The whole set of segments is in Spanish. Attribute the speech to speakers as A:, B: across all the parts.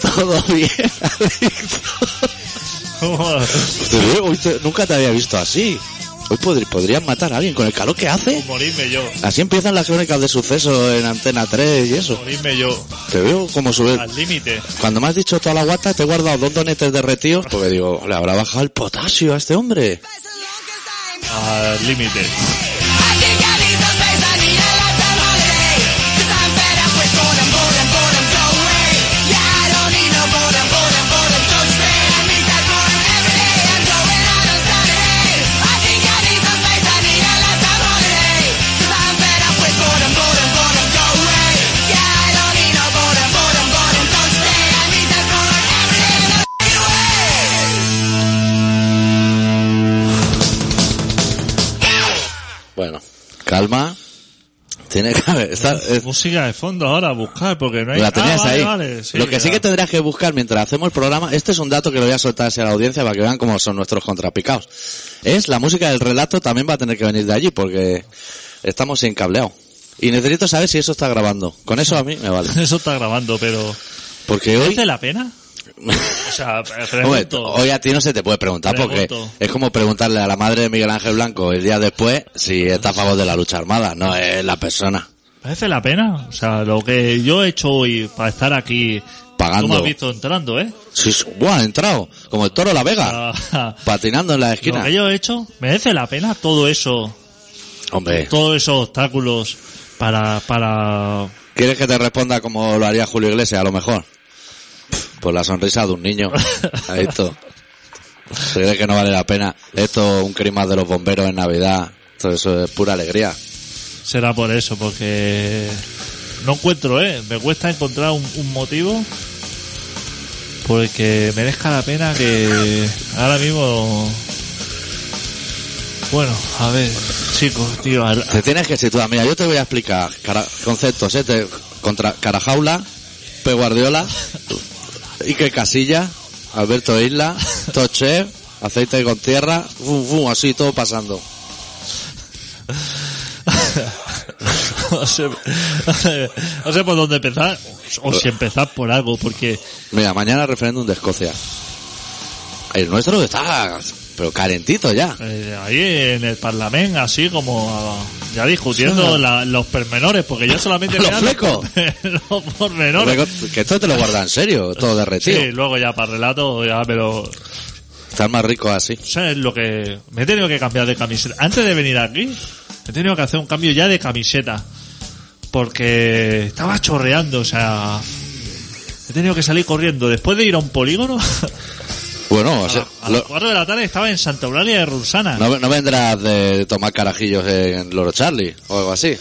A: Todo bien, Pero, hoy te- nunca te había visto así. Hoy podri- podrían matar a alguien con el calor que hace.
B: Morirme yo,
A: Así empiezan las crónicas de suceso en Antena 3 y eso.
B: morirme yo,
A: Te veo como sube.
B: al límite.
A: Cuando me has dicho toda la guata, te he guardado dos donetes derretidos. Porque digo, le habrá bajado el potasio a este hombre.
B: Al límite.
A: Bueno, calma. Tiene que haber. está- eh,
B: Música de fondo ahora a buscar porque no hay
A: la tenías
B: Ah, vale,
A: ahí.
B: vale, sí,
A: lo que sí
B: ya.
A: que tendrías que buscar mientras hacemos el programa, este es un dato que lo voy a soltar hacia la audiencia para que vean cómo son nuestros contrapicados. Es la música del relato también va a tener que venir de allí porque estamos sin cableado. Y necesito saber si eso está grabando. Con eso a mí me vale.
B: Eso está grabando, pero
A: Porque hoy...
B: ¿merece la pena? O sea, pre-
A: Hombre,
B: pregunto.
A: hoy a ti no se te puede preguntar porque
B: Pregunto.
A: es como preguntarle a la madre de Miguel Ángel Blanco el día después si está a favor de la lucha armada, no es la persona
B: ¿Merece la pena? O sea, lo que yo he hecho hoy para estar aquí... Tú me
A: pagando.
B: has visto entrando, ¿eh?
A: Sí, sí, buah, ha entrado, como el toro a la vega,
B: Ah,
A: patinando en la
B: lo
A: esquina.
B: que yo he hecho, ¿merece la pena todo eso?
A: Hombre,
B: Todos esos obstáculos para... para...
A: ¿quieres que te responda como lo haría Julio Iglesias a lo mejor? Por la sonrisa de un niño. Ahí esto. ¿Crees que no vale la pena? Esto, un crimen de los bomberos en Navidad. Todo eso es pura alegría.
B: Será por eso, porque no encuentro, ¿eh? Me cuesta encontrar un, un motivo porque merezca la pena que ahora mismo... Bueno, a ver, chicos, tío, al-
A: Te tienes que situar. Mira, yo te voy a explicar cara- conceptos, ¿eh? Te- contra Carajaula, P. Guardiola, Iker Casilla, Alberto Isla, Toche, aceite con tierra, fum, fum, así todo pasando.
B: no, sé, no sé por dónde empezar, o si empezar por algo, porque
A: Mira, mañana referéndum de Escocia. El nuestro está, pero calentito ya.
B: eh, ahí en el Parlamento, así como ah, ya discutiendo
A: Sí.
B: la- los pormenores, porque yo solamente
A: Los
B: me dan
A: flecos.
B: los pormenores.
A: Que esto te lo guarda en serio, todo
B: Sí,
A: derretido.
B: luego ya para relato, ya, pero...
A: Está más rico así.
B: ¿Sabes lo que...? Me he tenido que cambiar de camiseta. Antes de venir aquí, he tenido que hacer un cambio ya de camiseta. Porque estaba chorreando, o sea... He tenido que salir corriendo. Después de ir a un polígono,
A: Bueno, o
B: a,
A: sea,
B: la- a
A: lo-
B: las 4 de la tarde estaba en Santa Eulalia de Rusana.
A: no, no vendrás de tomar carajillos en Loro Charlie o algo así.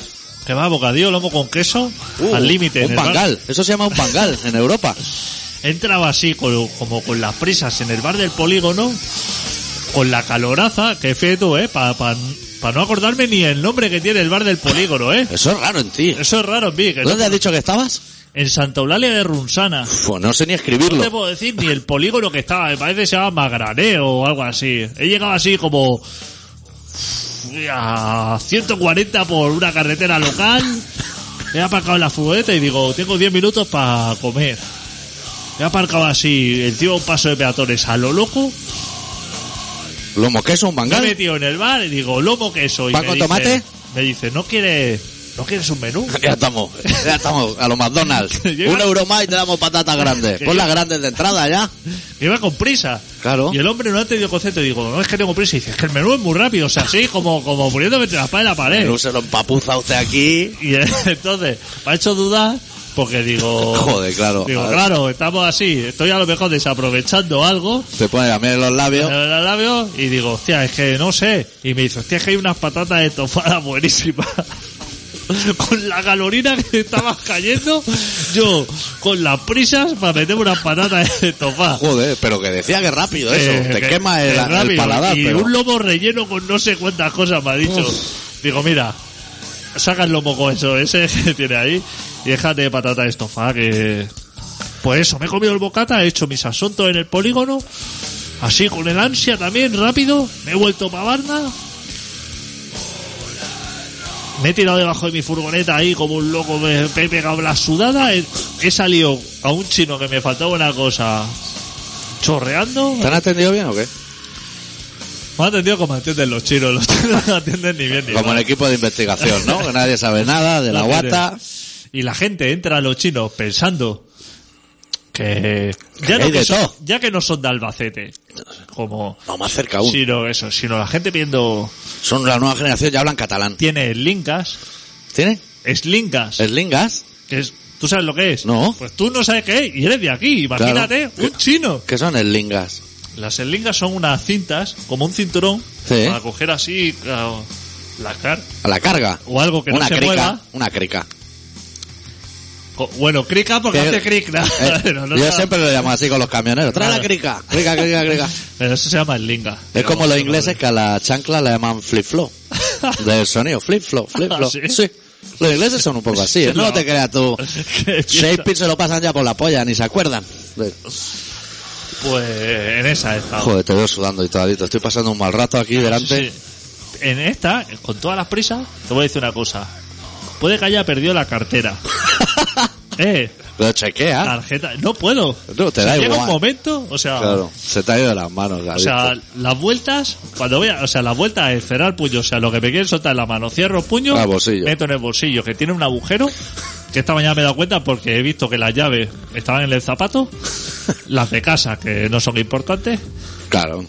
B: Que va bocadillo, lomo con queso,
A: Uh,
B: al límite. en
A: Un
B: el bar.
A: pangal. Eso se llama un pangal en Europa.
B: Entraba así, con- como con las prisas en el bar del polígono, con la caloraza, que feto, ¿eh? Para no acordarme ni el nombre que tiene el bar del polígono, ¿eh?
A: Eso es raro en ti.
B: Eso es raro, Vic. ¿no?
A: ¿Dónde has dicho que estabas?
B: En Santa Eulalia de Runsana.
A: Pues no sé ni
B: No te
A: escribirlo.
B: puedo decir ni el polígono que estaba. Me parece que se llama Magrané o algo así. He llegado así como... A 140 por una carretera local. He aparcado en la furgoneta y digo, tengo 10 minutos para comer. He aparcado así, encima de un paso de peatones a lo loco.
A: Lomo queso, un
B: Me he
A: pangal.
B: metido en el bar y digo, lomo queso. Y
A: ¿Pan
B: me
A: con
B: dice-
A: tomate?
B: Me dice, ¿no quieres, ¿no quieres un menú?
A: Ya estamos, ya estamos, a los McDonald's.
B: Llega-
A: Un euro más y te damos patatas grandes.
B: Que
A: Pon las grandes de entrada ya.
B: Iba con prisa.
A: Claro.
B: Y el hombre no ha tenido concepto. Y digo, no es que tengo prisa. Y dice, es que el menú es muy rápido. O sea, así como, como poniéndome entre la espada y la pared.
A: No se lo empapuza usted aquí.
B: Y eh, entonces, me ha hecho dudar porque digo...
A: Joder, claro. Ah,
B: Digo,
A: A ver.
B: claro, estamos así. Estoy a lo mejor desaprovechando algo.
A: Te pone a mí en los
B: en
A: labios.
B: el labio Y digo, hostia, es que no sé. Y me dice, hostia, es que hay unas patatas estofadas buenísimas. con la calorina que estaba cayendo, yo con las prisas para meterme una patata de tofá.
A: Joder, pero que decía que rápido eso.
B: Eh,
A: Te
B: que-
A: quema
B: que
A: el, el
B: rápido.
A: paladar.
B: Y
A: pero-
B: un lomo relleno con no sé cuántas cosas me ha dicho. Digo, mira, saca el lomo con eso, ese que tiene ahí, y déjate de patata estofada que... Pues eso, me he comido el bocata, he hecho mis asuntos en el polígono, así con el ansia también, rápido, me he vuelto para Barna. Me he tirado debajo de mi furgoneta ahí como un loco, me, me he pegado la sudada, he, he salido a un chino que me faltaba una cosa chorreando.
A: ¿Te han atendido bien o qué?
B: Me han atendido como atienden los chinos, los chinos no atienden ni bien ni
A: Como
B: mal.
A: el equipo de investigación, ¿no? Que nadie sabe nada de la
B: No
A: guata.
B: Y la gente entra a los chinos pensando que ya,
A: hay
B: no que
A: de
B: son-
A: todo.
B: ya que no son de Albacete, como
A: No, más cerca aún.
B: sino eso, sino la gente viendo
A: Son la nueva generación, ya hablan catalán.
B: tiene linkas,
A: ¿Tienen?
B: slinkas,
A: ¿Eslingas?
B: que es, ¿tú sabes lo que es?
A: Eh. No.
B: Pues tú no sabes qué es y eres de aquí, imagínate,
A: Claro.
B: un chino.
A: ¿Qué son eslingas?
B: Las slingas son unas cintas, como un cinturón,
A: Sí.
B: para coger así claro, la car
A: A la carga.
B: o algo que
A: una
B: no se
A: crica.
B: mueva.
A: Una crica.
B: Co- Bueno, crica porque
A: Que-
B: hace cric, ¿no?
A: Eh,
B: Pero no
A: yo
B: sabe-
A: siempre lo llamo así con los camioneros. Trae la
B: Claro.
A: crica. Crica, crica, crica.
B: Pero eso se llama el linga.
A: Es
B: Pero
A: como
B: bueno,
A: los ingleses que a la chancla le llaman flip-flop. Del sonido, flip-flop, flip-flop.
B: Ah, ¿Sí?
A: Sí. Los ingleses son un poco así, ¿eh? No
B: No.
A: te creas tú.
B: ¿Qué
A: Shakespeare se lo pasan ya por la polla, ni se acuerdan. De-
B: Pues en esa he estado.
A: Joder, te veo sudando y todadito. Estoy pasando un mal rato aquí delante.
B: Ah, Sí. En esta, con todas las prisas, te voy a decir una cosa. Puede que haya perdido la cartera. eh,
A: Pero chequea.
B: tarjeta. No puedo.
A: No, te
B: O sea,
A: da
B: llega
A: igual.
B: un momento, o sea,
A: Claro. Se te ha ido de las manos,
B: o
A: David.
B: sea, las vueltas, cuando voy a, o sea, las vueltas es cerrar el puño, o sea, lo que me quieren soltar en la mano, cierro el puño,
A: Ah, bolsillo.
B: meto en el bolsillo, que tiene un agujero, que esta mañana me he dado cuenta porque he visto que las llaves estaban en el zapato, las de casa, que no son importantes,
A: Claro.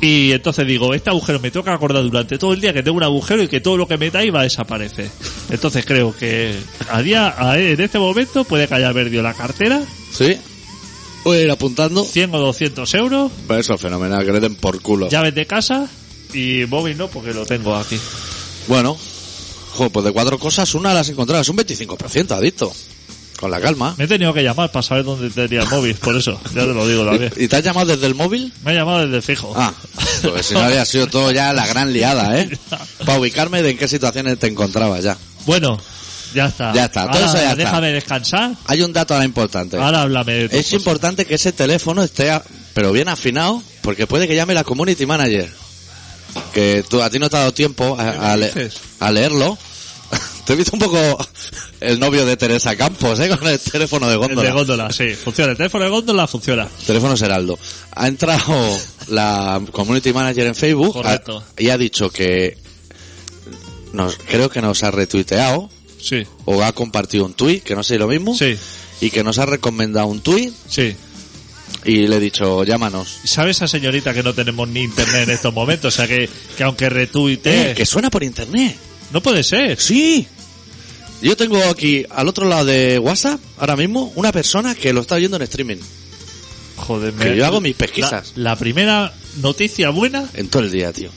B: Y entonces digo, este agujero me toca acordar durante todo el día que tengo un agujero y que todo lo que meta ahí va a desaparecer. Entonces creo que a día, a- en este momento puede que haya perdido la cartera,
A: ¿Sí? Voy a ir apuntando.
B: 100 o 200 euros,
A: Pero eso es fenomenal, que le den por culo.
B: llaves de casa y móvil no porque lo tengo aquí.
A: Bueno. Joder, pues de cuatro cosas, una las encontrarás. Un 25%, adicto. Con la calma.
B: Me he tenido que llamar para saber dónde tenía el móvil, por eso, ya te lo digo también.
A: ¿Y, y te has llamado desde el móvil?
B: Me ha llamado desde fijo.
A: Ah, pues si no había sido todo ya la gran liada, ¿eh? Para ubicarme de en qué situaciones te encontrabas ya.
B: Bueno, ya está.
A: Ya está, todo
B: Ahora
A: eso ya está.
B: déjame descansar,
A: Hay un dato ahora importante.
B: ahora háblame de tu
A: Es
B: cosa.
A: importante que ese teléfono esté, a- pero bien afinado, porque puede que llame la community manager. Que tú, a ti no te ha dado tiempo a, a le-
B: dices?
A: a leerlo. Te he visto un poco el novio de Teresa Campos, ¿eh? Con el teléfono de
B: El de
A: góndola.
B: góndola, sí, funciona. El teléfono de góndola funciona.
A: Teléfono es Heraldo. Ha entrado la community manager en Facebook
B: Correcto.
A: ha- y ha dicho que nos, creo que nos ha retuiteado
B: Sí,
A: o ha compartido un tuit, que no sé lo mismo,
B: sí,
A: y que nos ha recomendado un tuit
B: sí.
A: y le he dicho, llámanos.
B: ¿Sabe esa señorita que no tenemos ni internet en estos momentos? O sea, que, que aunque retuite...
A: Eh, que suena por internet.
B: No puede ser.
A: Sí. Yo tengo aquí al otro lado de WhatsApp ahora mismo una persona que lo está oyendo en streaming
B: Joder, me-
A: Que yo hago mis pesquisas.
B: La, la primera noticia buena...
A: en todo el día, tío.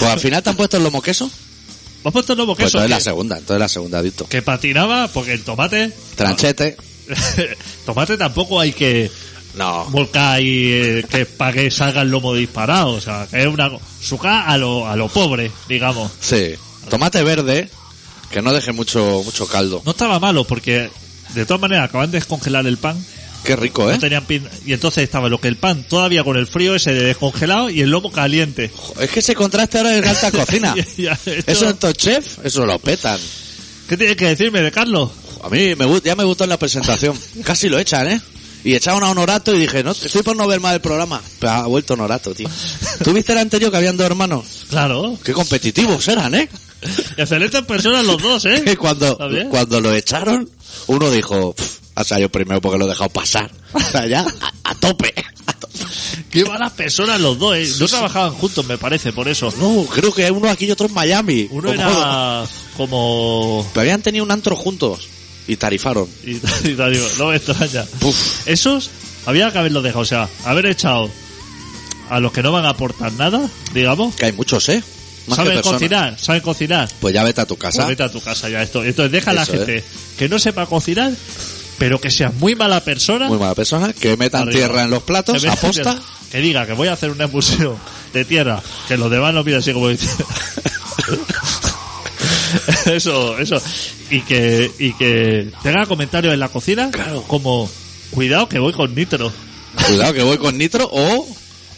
A: Pues al final te han puesto el lomo queso.
B: ¿Me has puesto el nuevo
A: Pues
B: queso?
A: entonces la
B: que,
A: segunda, entonces la segunda, adicto.
B: que patinaba porque el tomate...
A: Tranchete.
B: tomate tampoco hay que
A: No.
B: volcar y eh, que para que salga el lomo disparado. O sea, que es una... Suca a lo, a lo pobre, digamos.
A: Sí. Tomate verde, que no deje mucho mucho caldo.
B: No estaba malo porque... De todas maneras, acaban de descongelar el pan
A: Qué rico, ¿eh?
B: No tenían pin- Y entonces estaba lo que el pan todavía con el frío ese de descongelado y el lomo caliente.
A: Jo, Es que ese contraste ahora es de alta cocina.
B: Y- y ha hecho-
A: Eso en Top Chef, eso lo petan.
B: ¿Qué tienes que decirme de Carlos?
A: Jo, A mí me gu- ya me gustó en la presentación. Casi lo echan, ¿eh? Y echaron a Honorato y dije, no, estoy por no ver más el programa. Pero ha vuelto Honorato, tío. ¿Tú viste el anterior que habían dos hermanos?
B: Claro.
A: Qué competitivos eran, ¿eh?
B: Excelentes personas los dos,
A: Que
B: ¿eh?
A: cuando,
B: Está bien.
A: cuando lo echaron, uno dijo, "Pf, ha salido primero porque lo he dejado pasar. O sea, ya, a- a tope. A tope.
B: Qué malas personas los dos, ¿eh? No trabajaban juntos, me parece, por eso.
A: No, creo que uno aquí y otro en Miami.
B: Uno
A: Como-
B: era como...
A: Pero habían tenido un antro juntos y tarifaron.
B: Y, y te digo, no me extraña.
A: Puf.
B: Esos había que haberlos dejado, o sea, haber echado a los que no van a aportar nada, digamos,
A: Que hay muchos, ¿eh? Más que
B: saben
A: personas.
B: cocinar, saben cocinar.
A: Pues ya vete a tu casa.
B: Pues vete a tu casa ya esto. Entonces deja a la
A: Eso
B: gente que no sepa cocinar, pero que sea muy mala persona.
A: Muy mala persona. Que metan
B: Arriba.
A: tierra en los platos.
B: Que me-
A: Aposta.
B: Que diga que voy a hacer un museo de tierra, que los demás lo miren así como dice. eso, eso. Y que, y que tenga comentarios en la cocina, como, cuidado que voy con nitro.
A: Cuidado que voy con nitro o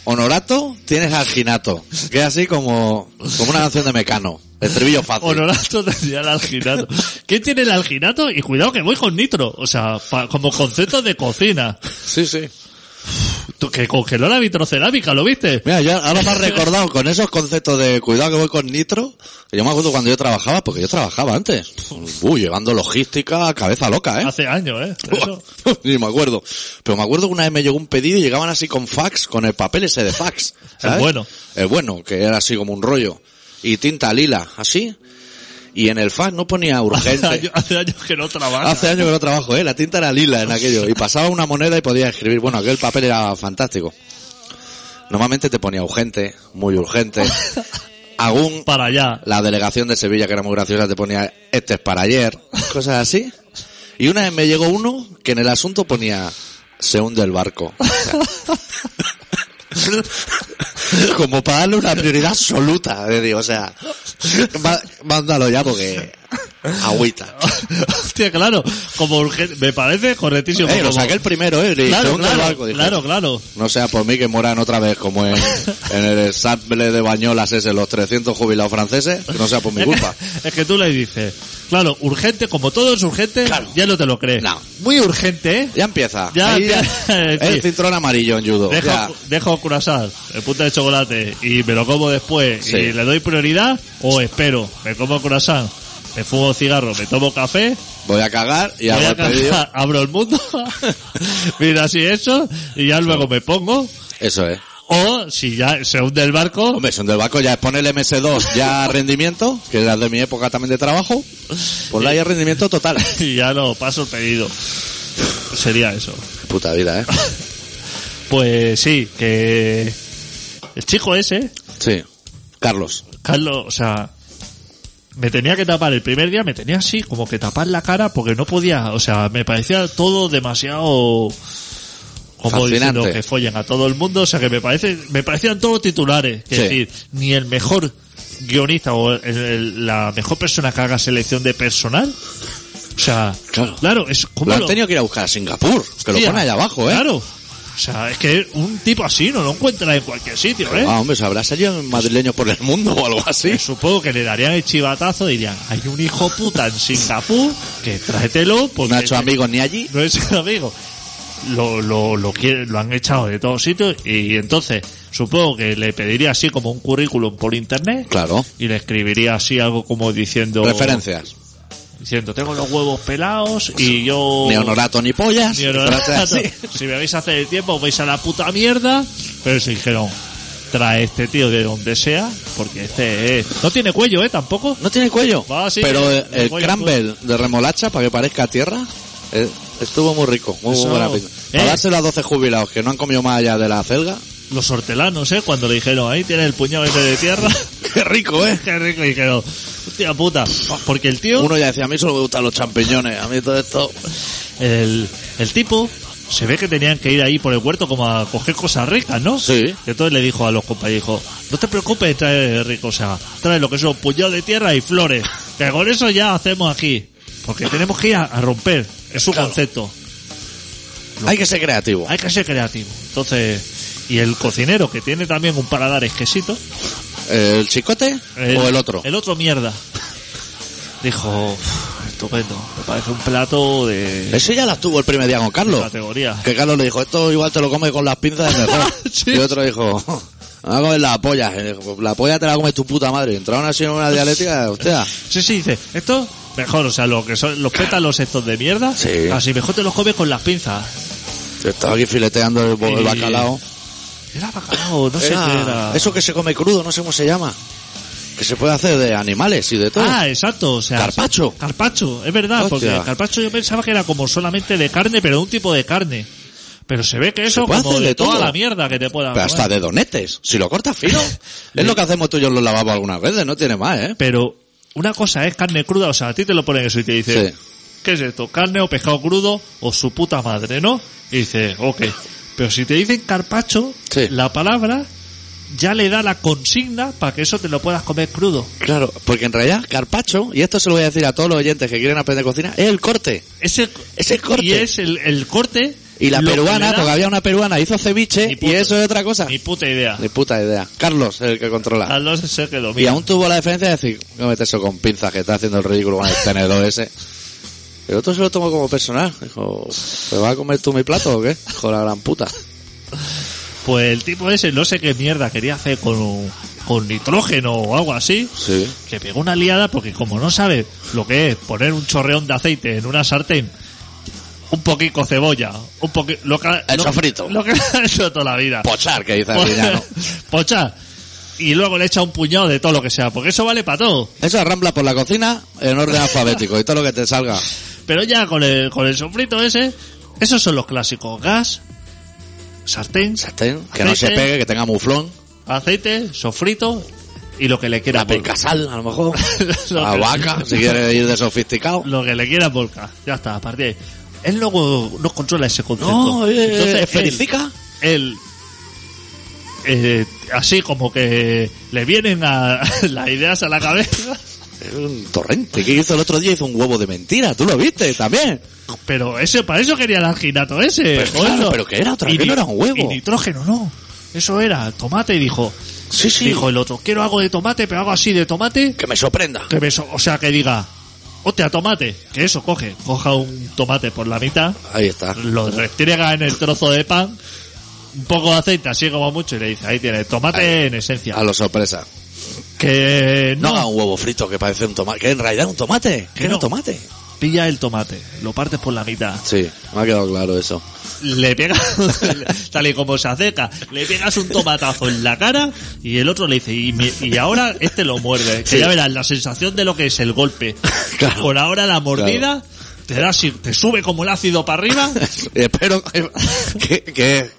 A: honorato tienes alginato. Que es así como, como una canción de mecano. Estribillo fácil.
B: Honorato tendría el alginato. ¿Quién tiene el alginato? Y cuidado que voy con nitro. O sea, pa- como concepto de cocina.
A: Sí, sí.
B: Tú, que congeló la vitrocerámica, ¿lo viste?
A: Mira, ya ahora me has recordado con esos conceptos de cuidado que voy con nitro. que Yo me acuerdo cuando yo trabajaba, porque yo trabajaba antes. Uy, llevando logística a cabeza loca, ¿eh?
B: Hace años, ¿eh? Eso.
A: Ni me acuerdo. Pero me acuerdo que una vez me llegó un pedido y llegaban así con fax, con el papel ese de fax. ¿sabes?
B: El bueno.
A: El bueno, que era así como un rollo. Y tinta lila, así. Y en el fax no ponía
B: Hace,
A: urgente.
B: años, hace años que no trabaja.
A: Hace años que no trabajo, ¿eh? La tinta era lila en aquello. Y pasaba una moneda y podía escribir. Bueno, aquel papel era fantástico. Normalmente te ponía urgente, muy urgente. Algún...
B: Para allá.
A: La delegación de Sevilla, que era muy graciosa, te ponía, este es para ayer, cosas así. Y una vez me llegó uno que en el asunto ponía, se hunde el barco. O sea, como para darle una prioridad absoluta, le digo, o sea, ma- mándalo ya porque agüita.
B: Hostia, claro. Como urgente. Me parece correctísimo.
A: Eh, lo
B: como-
A: saqué el primero, eh, le dije, "Se
B: Claro,
A: hunde el barco",
B: claro,
A: dije.
B: claro, claro.
A: No sea por mí que mueran otra vez como en, en el ensamble de Bañolas ese, los 300 jubilados franceses, que no sea por mi
B: Es que-
A: culpa.
B: Es que tú le dices, claro, urgente, como todo es urgente,
A: Claro.
B: ya no te lo crees.
A: No.
B: Muy urgente, ¿eh?
A: Ya empieza.
B: Ya
A: Ahí
B: empieza.
A: el cinturón amarillo en judo.
B: Dejo,
A: Ya.
B: dejo curasar, el punto de chocolate, y me lo como después,
A: Sí.
B: y le doy prioridad, o espero, me como curasán, me fumo cigarro, me tomo café,
A: Voy a cagar y
B: voy
A: hago
B: a
A: el pedido.
B: casa, abro el mundo, mira así eso, y ya luego me pongo,
A: Eso es.
B: o si ya se hunde el barco,
A: Hombre, son del barco, ya pone el MS2 ya rendimiento, que era de mi época también de trabajo. Pues ahí el rendimiento total.
B: y ya no paso el pedido. Sería eso.
A: Puta vida, ¿eh?
B: Pues sí, que el chico ese,
A: Sí. Carlos.
B: Carlos, o sea, me tenía que tapar el primer día, me tenía así como que tapar la cara porque no podía, o sea, me parecía todo demasiado como
A: Fascinante.
B: diciendo que follen a todo el mundo, o sea, que me parece me parecían todos titulares, es
A: Sí.
B: decir, ni el mejor guionista o el- el- la mejor persona que haga selección de personal, o sea,
A: Claro.
B: es como
A: Lo han tenido que ir a buscar a Singapur, que lo
B: Hostia,
A: pone allá abajo, ¿eh?
B: ah, Claro. O sea, es que un tipo así no lo encuentra en cualquier sitio, ¿eh?
A: Ah, hombre, se habrá salido madrileño por el mundo o algo así.
B: Que Supongo que le darían el chivatazo y dirían, hay un hijo puta en Singapur que tráetelo porque
A: No ha hecho amigos ni allí.
B: no es amigo. Lo, lo, lo, quiere- lo han echado de todos sitios y entonces supongo que le pediría así como un currículum por internet
A: Claro.
B: y le escribiría así algo como diciendo...
A: Referencias.
B: Diciendo, tengo los huevos pelados y yo...
A: Ni honorato ni pollas.
B: Ni honorato.
A: frases así.
B: Si me vais a hacer el tiempo, os vais a la puta mierda. Pero se dijeron, trae este tío de donde sea, porque este es... No tiene cuello, ¿eh? Tampoco.
A: No tiene cuello.
B: Va, sí,
A: pero
B: tiene
A: el, el
B: cuello,
A: crumble de remolacha, para que parezca tierra, eh, estuvo muy rico, muy
B: Eso-
A: buena pinta.
B: Eh.
A: Para dárselo a 12 jubilados que no han comido más allá de la celga.
B: Los hortelanos, ¿eh? Cuando le dijeron, ahí tiene el puñado ese de tierra.
A: ¡Qué rico, eh!
B: Qué rico. Y dijeron, hostia puta. Porque el tío...
A: Uno ya decía, a mí solo me gustan los champiñones, a mí todo esto...
B: el, el tipo se ve que tenían que ir ahí por el huerto como a coger cosas ricas, ¿no?
A: Sí.
B: Y entonces le dijo a los compañeros, dijo, no te preocupes, trae rico, o sea, trae lo que son puñado de tierra y flores, que con eso ya hacemos aquí, porque tenemos que ir a, a romper, es su
A: Claro.
B: concepto,
A: Hay que ser creativo.
B: hay que ser creativo. Entonces, y el cocinero, que tiene también un paladar exquisito,
A: ¿El chicote o el otro?
B: El otro mierda. Dijo, "Uf, estupendo, me parece un plato de...
A: Eso ya la tuvo el primer día con
B: de
A: Carlos.
B: categoría.
A: Que Carlos le dijo, esto igual te lo comes con las pinzas de mejor.
B: Sí.
A: Y otro dijo, "Me voy a comer la polla. Y dijo, "Pues La polla te la comes tu puta madre. Entraron así en una dialéctica, hostia.
B: Sí, sí, dice, esto mejor, o sea, lo que son los pétalos estos de mierda,
A: Sí.
B: así mejor te los comes con las pinzas.
A: Yo estaba aquí fileteando el, bo- el
B: Y-
A: bacalao.
B: Era bacalao, no sé
A: Era-
B: qué era.
A: Eso que se come crudo, no sé cómo se llama. Que se puede hacer de animales y de todo.
B: Ah, exacto, o sea,
A: Carpacho.
B: Carpacho, es verdad,
A: Hostia.
B: porque el carpacho yo pensaba que era como solamente de carne, pero de un tipo de carne. Pero se ve que eso
A: Se puede
B: como
A: hacer
B: de,
A: de
B: toda
A: todo.
B: la mierda que te pueda
A: Pero hasta de donetes, si lo cortas fino. es lo que hacemos tú y yo en los lavabos algunas veces, no tiene más, ¿eh?
B: Pero una cosa es carne cruda, o sea, a ti te lo ponen eso y te dicen,
A: Sí.
B: ¿qué es esto? ¿Carne o pescado crudo o su puta madre, no? Y dices, ok. Pero si te dicen carpacho,
A: Sí.
B: la palabra ya le da la consigna para que eso te lo puedas comer crudo.
A: Claro, porque en realidad, carpacho, y esto se lo voy a decir a todos los oyentes que quieren aprender cocina, es el corte.
B: Ese,
A: Es el corte.
B: Y es el, el corte.
A: Y la
B: lo que le
A: peruana,
B: da-
A: porque había una peruana, hizo
B: Ni
A: ceviche y
B: puta-
A: eso es otra cosa.
B: Ni puta idea.
A: Ni puta idea. Carlos es el que controla.
B: Carlos es el que
A: Y
B: domina.
A: aún tuvo la defensa de decir, no metes eso con pinzas, que está haciendo el ridículo con el tenedor ese. El otro se lo tomó como personal. Dijo, ¿te vas a comer tú mi plato o qué? Hijo de la gran puta.
B: Pues el tipo ese, no sé qué mierda quería hacer con, con nitrógeno o algo así.
A: Sí.
B: Le pegó una liada porque como no sabe lo que es poner un chorreón de aceite en una sartén, un poquito cebolla, un poquito... Lo que, ha-
A: El
B: lo-
A: sofrito.
B: Lo que ha hecho toda la vida. Pues,
A: Pochar, que dice el villano.
B: Pocha. Y luego le echa un puñado de todo lo que sea, porque eso vale para todo.
A: Eso arrambla por la cocina en orden alfabético y todo lo que te salga.
B: Pero ya con el, con el sofrito ese, esos son los clásicos. Gas, sartén,
A: Sartén, que no se
B: Aceite.
A: pegue, que tenga muflón.
B: aceite, sofrito y lo que le quiera
A: La
B: volcar.
A: pencasal, a lo mejor.
B: Lo
A: La
B: que-
A: vaca, si quieres ir de sofisticado.
B: Lo que le quiera volcar. Ya está, a partir de ahí. Él luego no controla ese concepto.
A: No, eh,
B: Entonces, él-
A: esferifica.
B: él eh, así como que le vienen a- las ideas a la cabeza
A: Es un torrente. ¿Qué hizo el otro día? Hizo un huevo de mentira. Tú lo viste también.
B: pero ese para eso quería el alginato ese
A: Pero
B: joder,
A: claro,
B: no.
A: pero que era otra,
B: Y
A: que
B: ni-
A: no era un huevo.
B: y nitrógeno no eso era tomate y dijo
A: Sí, sí.
B: dijo el otro quiero algo de tomate pero algo así de tomate
A: Que me sorprenda.
B: que me so- o sea que diga hostia tomate que eso coge coja un tomate por la mitad
A: Ahí está.
B: lo restriega en el trozo de pan un poco de aceite así como mucho y le dice ahí tiene tomate
A: Ahí.
B: en esencia
A: A lo sorpresa.
B: que
A: No
B: no,
A: haga un huevo frito que parece un tomate. Que en realidad es un tomate.
B: Que
A: Que no
B: no.
A: es tomate.
B: pilla el tomate, lo partes por la mitad,
A: Sí, me ha quedado claro eso.
B: le pegas, tal y como se acerca, le pegas un tomatazo en la cara y el otro le dice, y, mi- y ahora este lo muerde. Que
A: Sí.
B: ya verás, la sensación de lo que es el golpe.
A: Claro.
B: Por ahora la mordida te da así- te sube como el ácido para arriba.
A: Espero que, que, que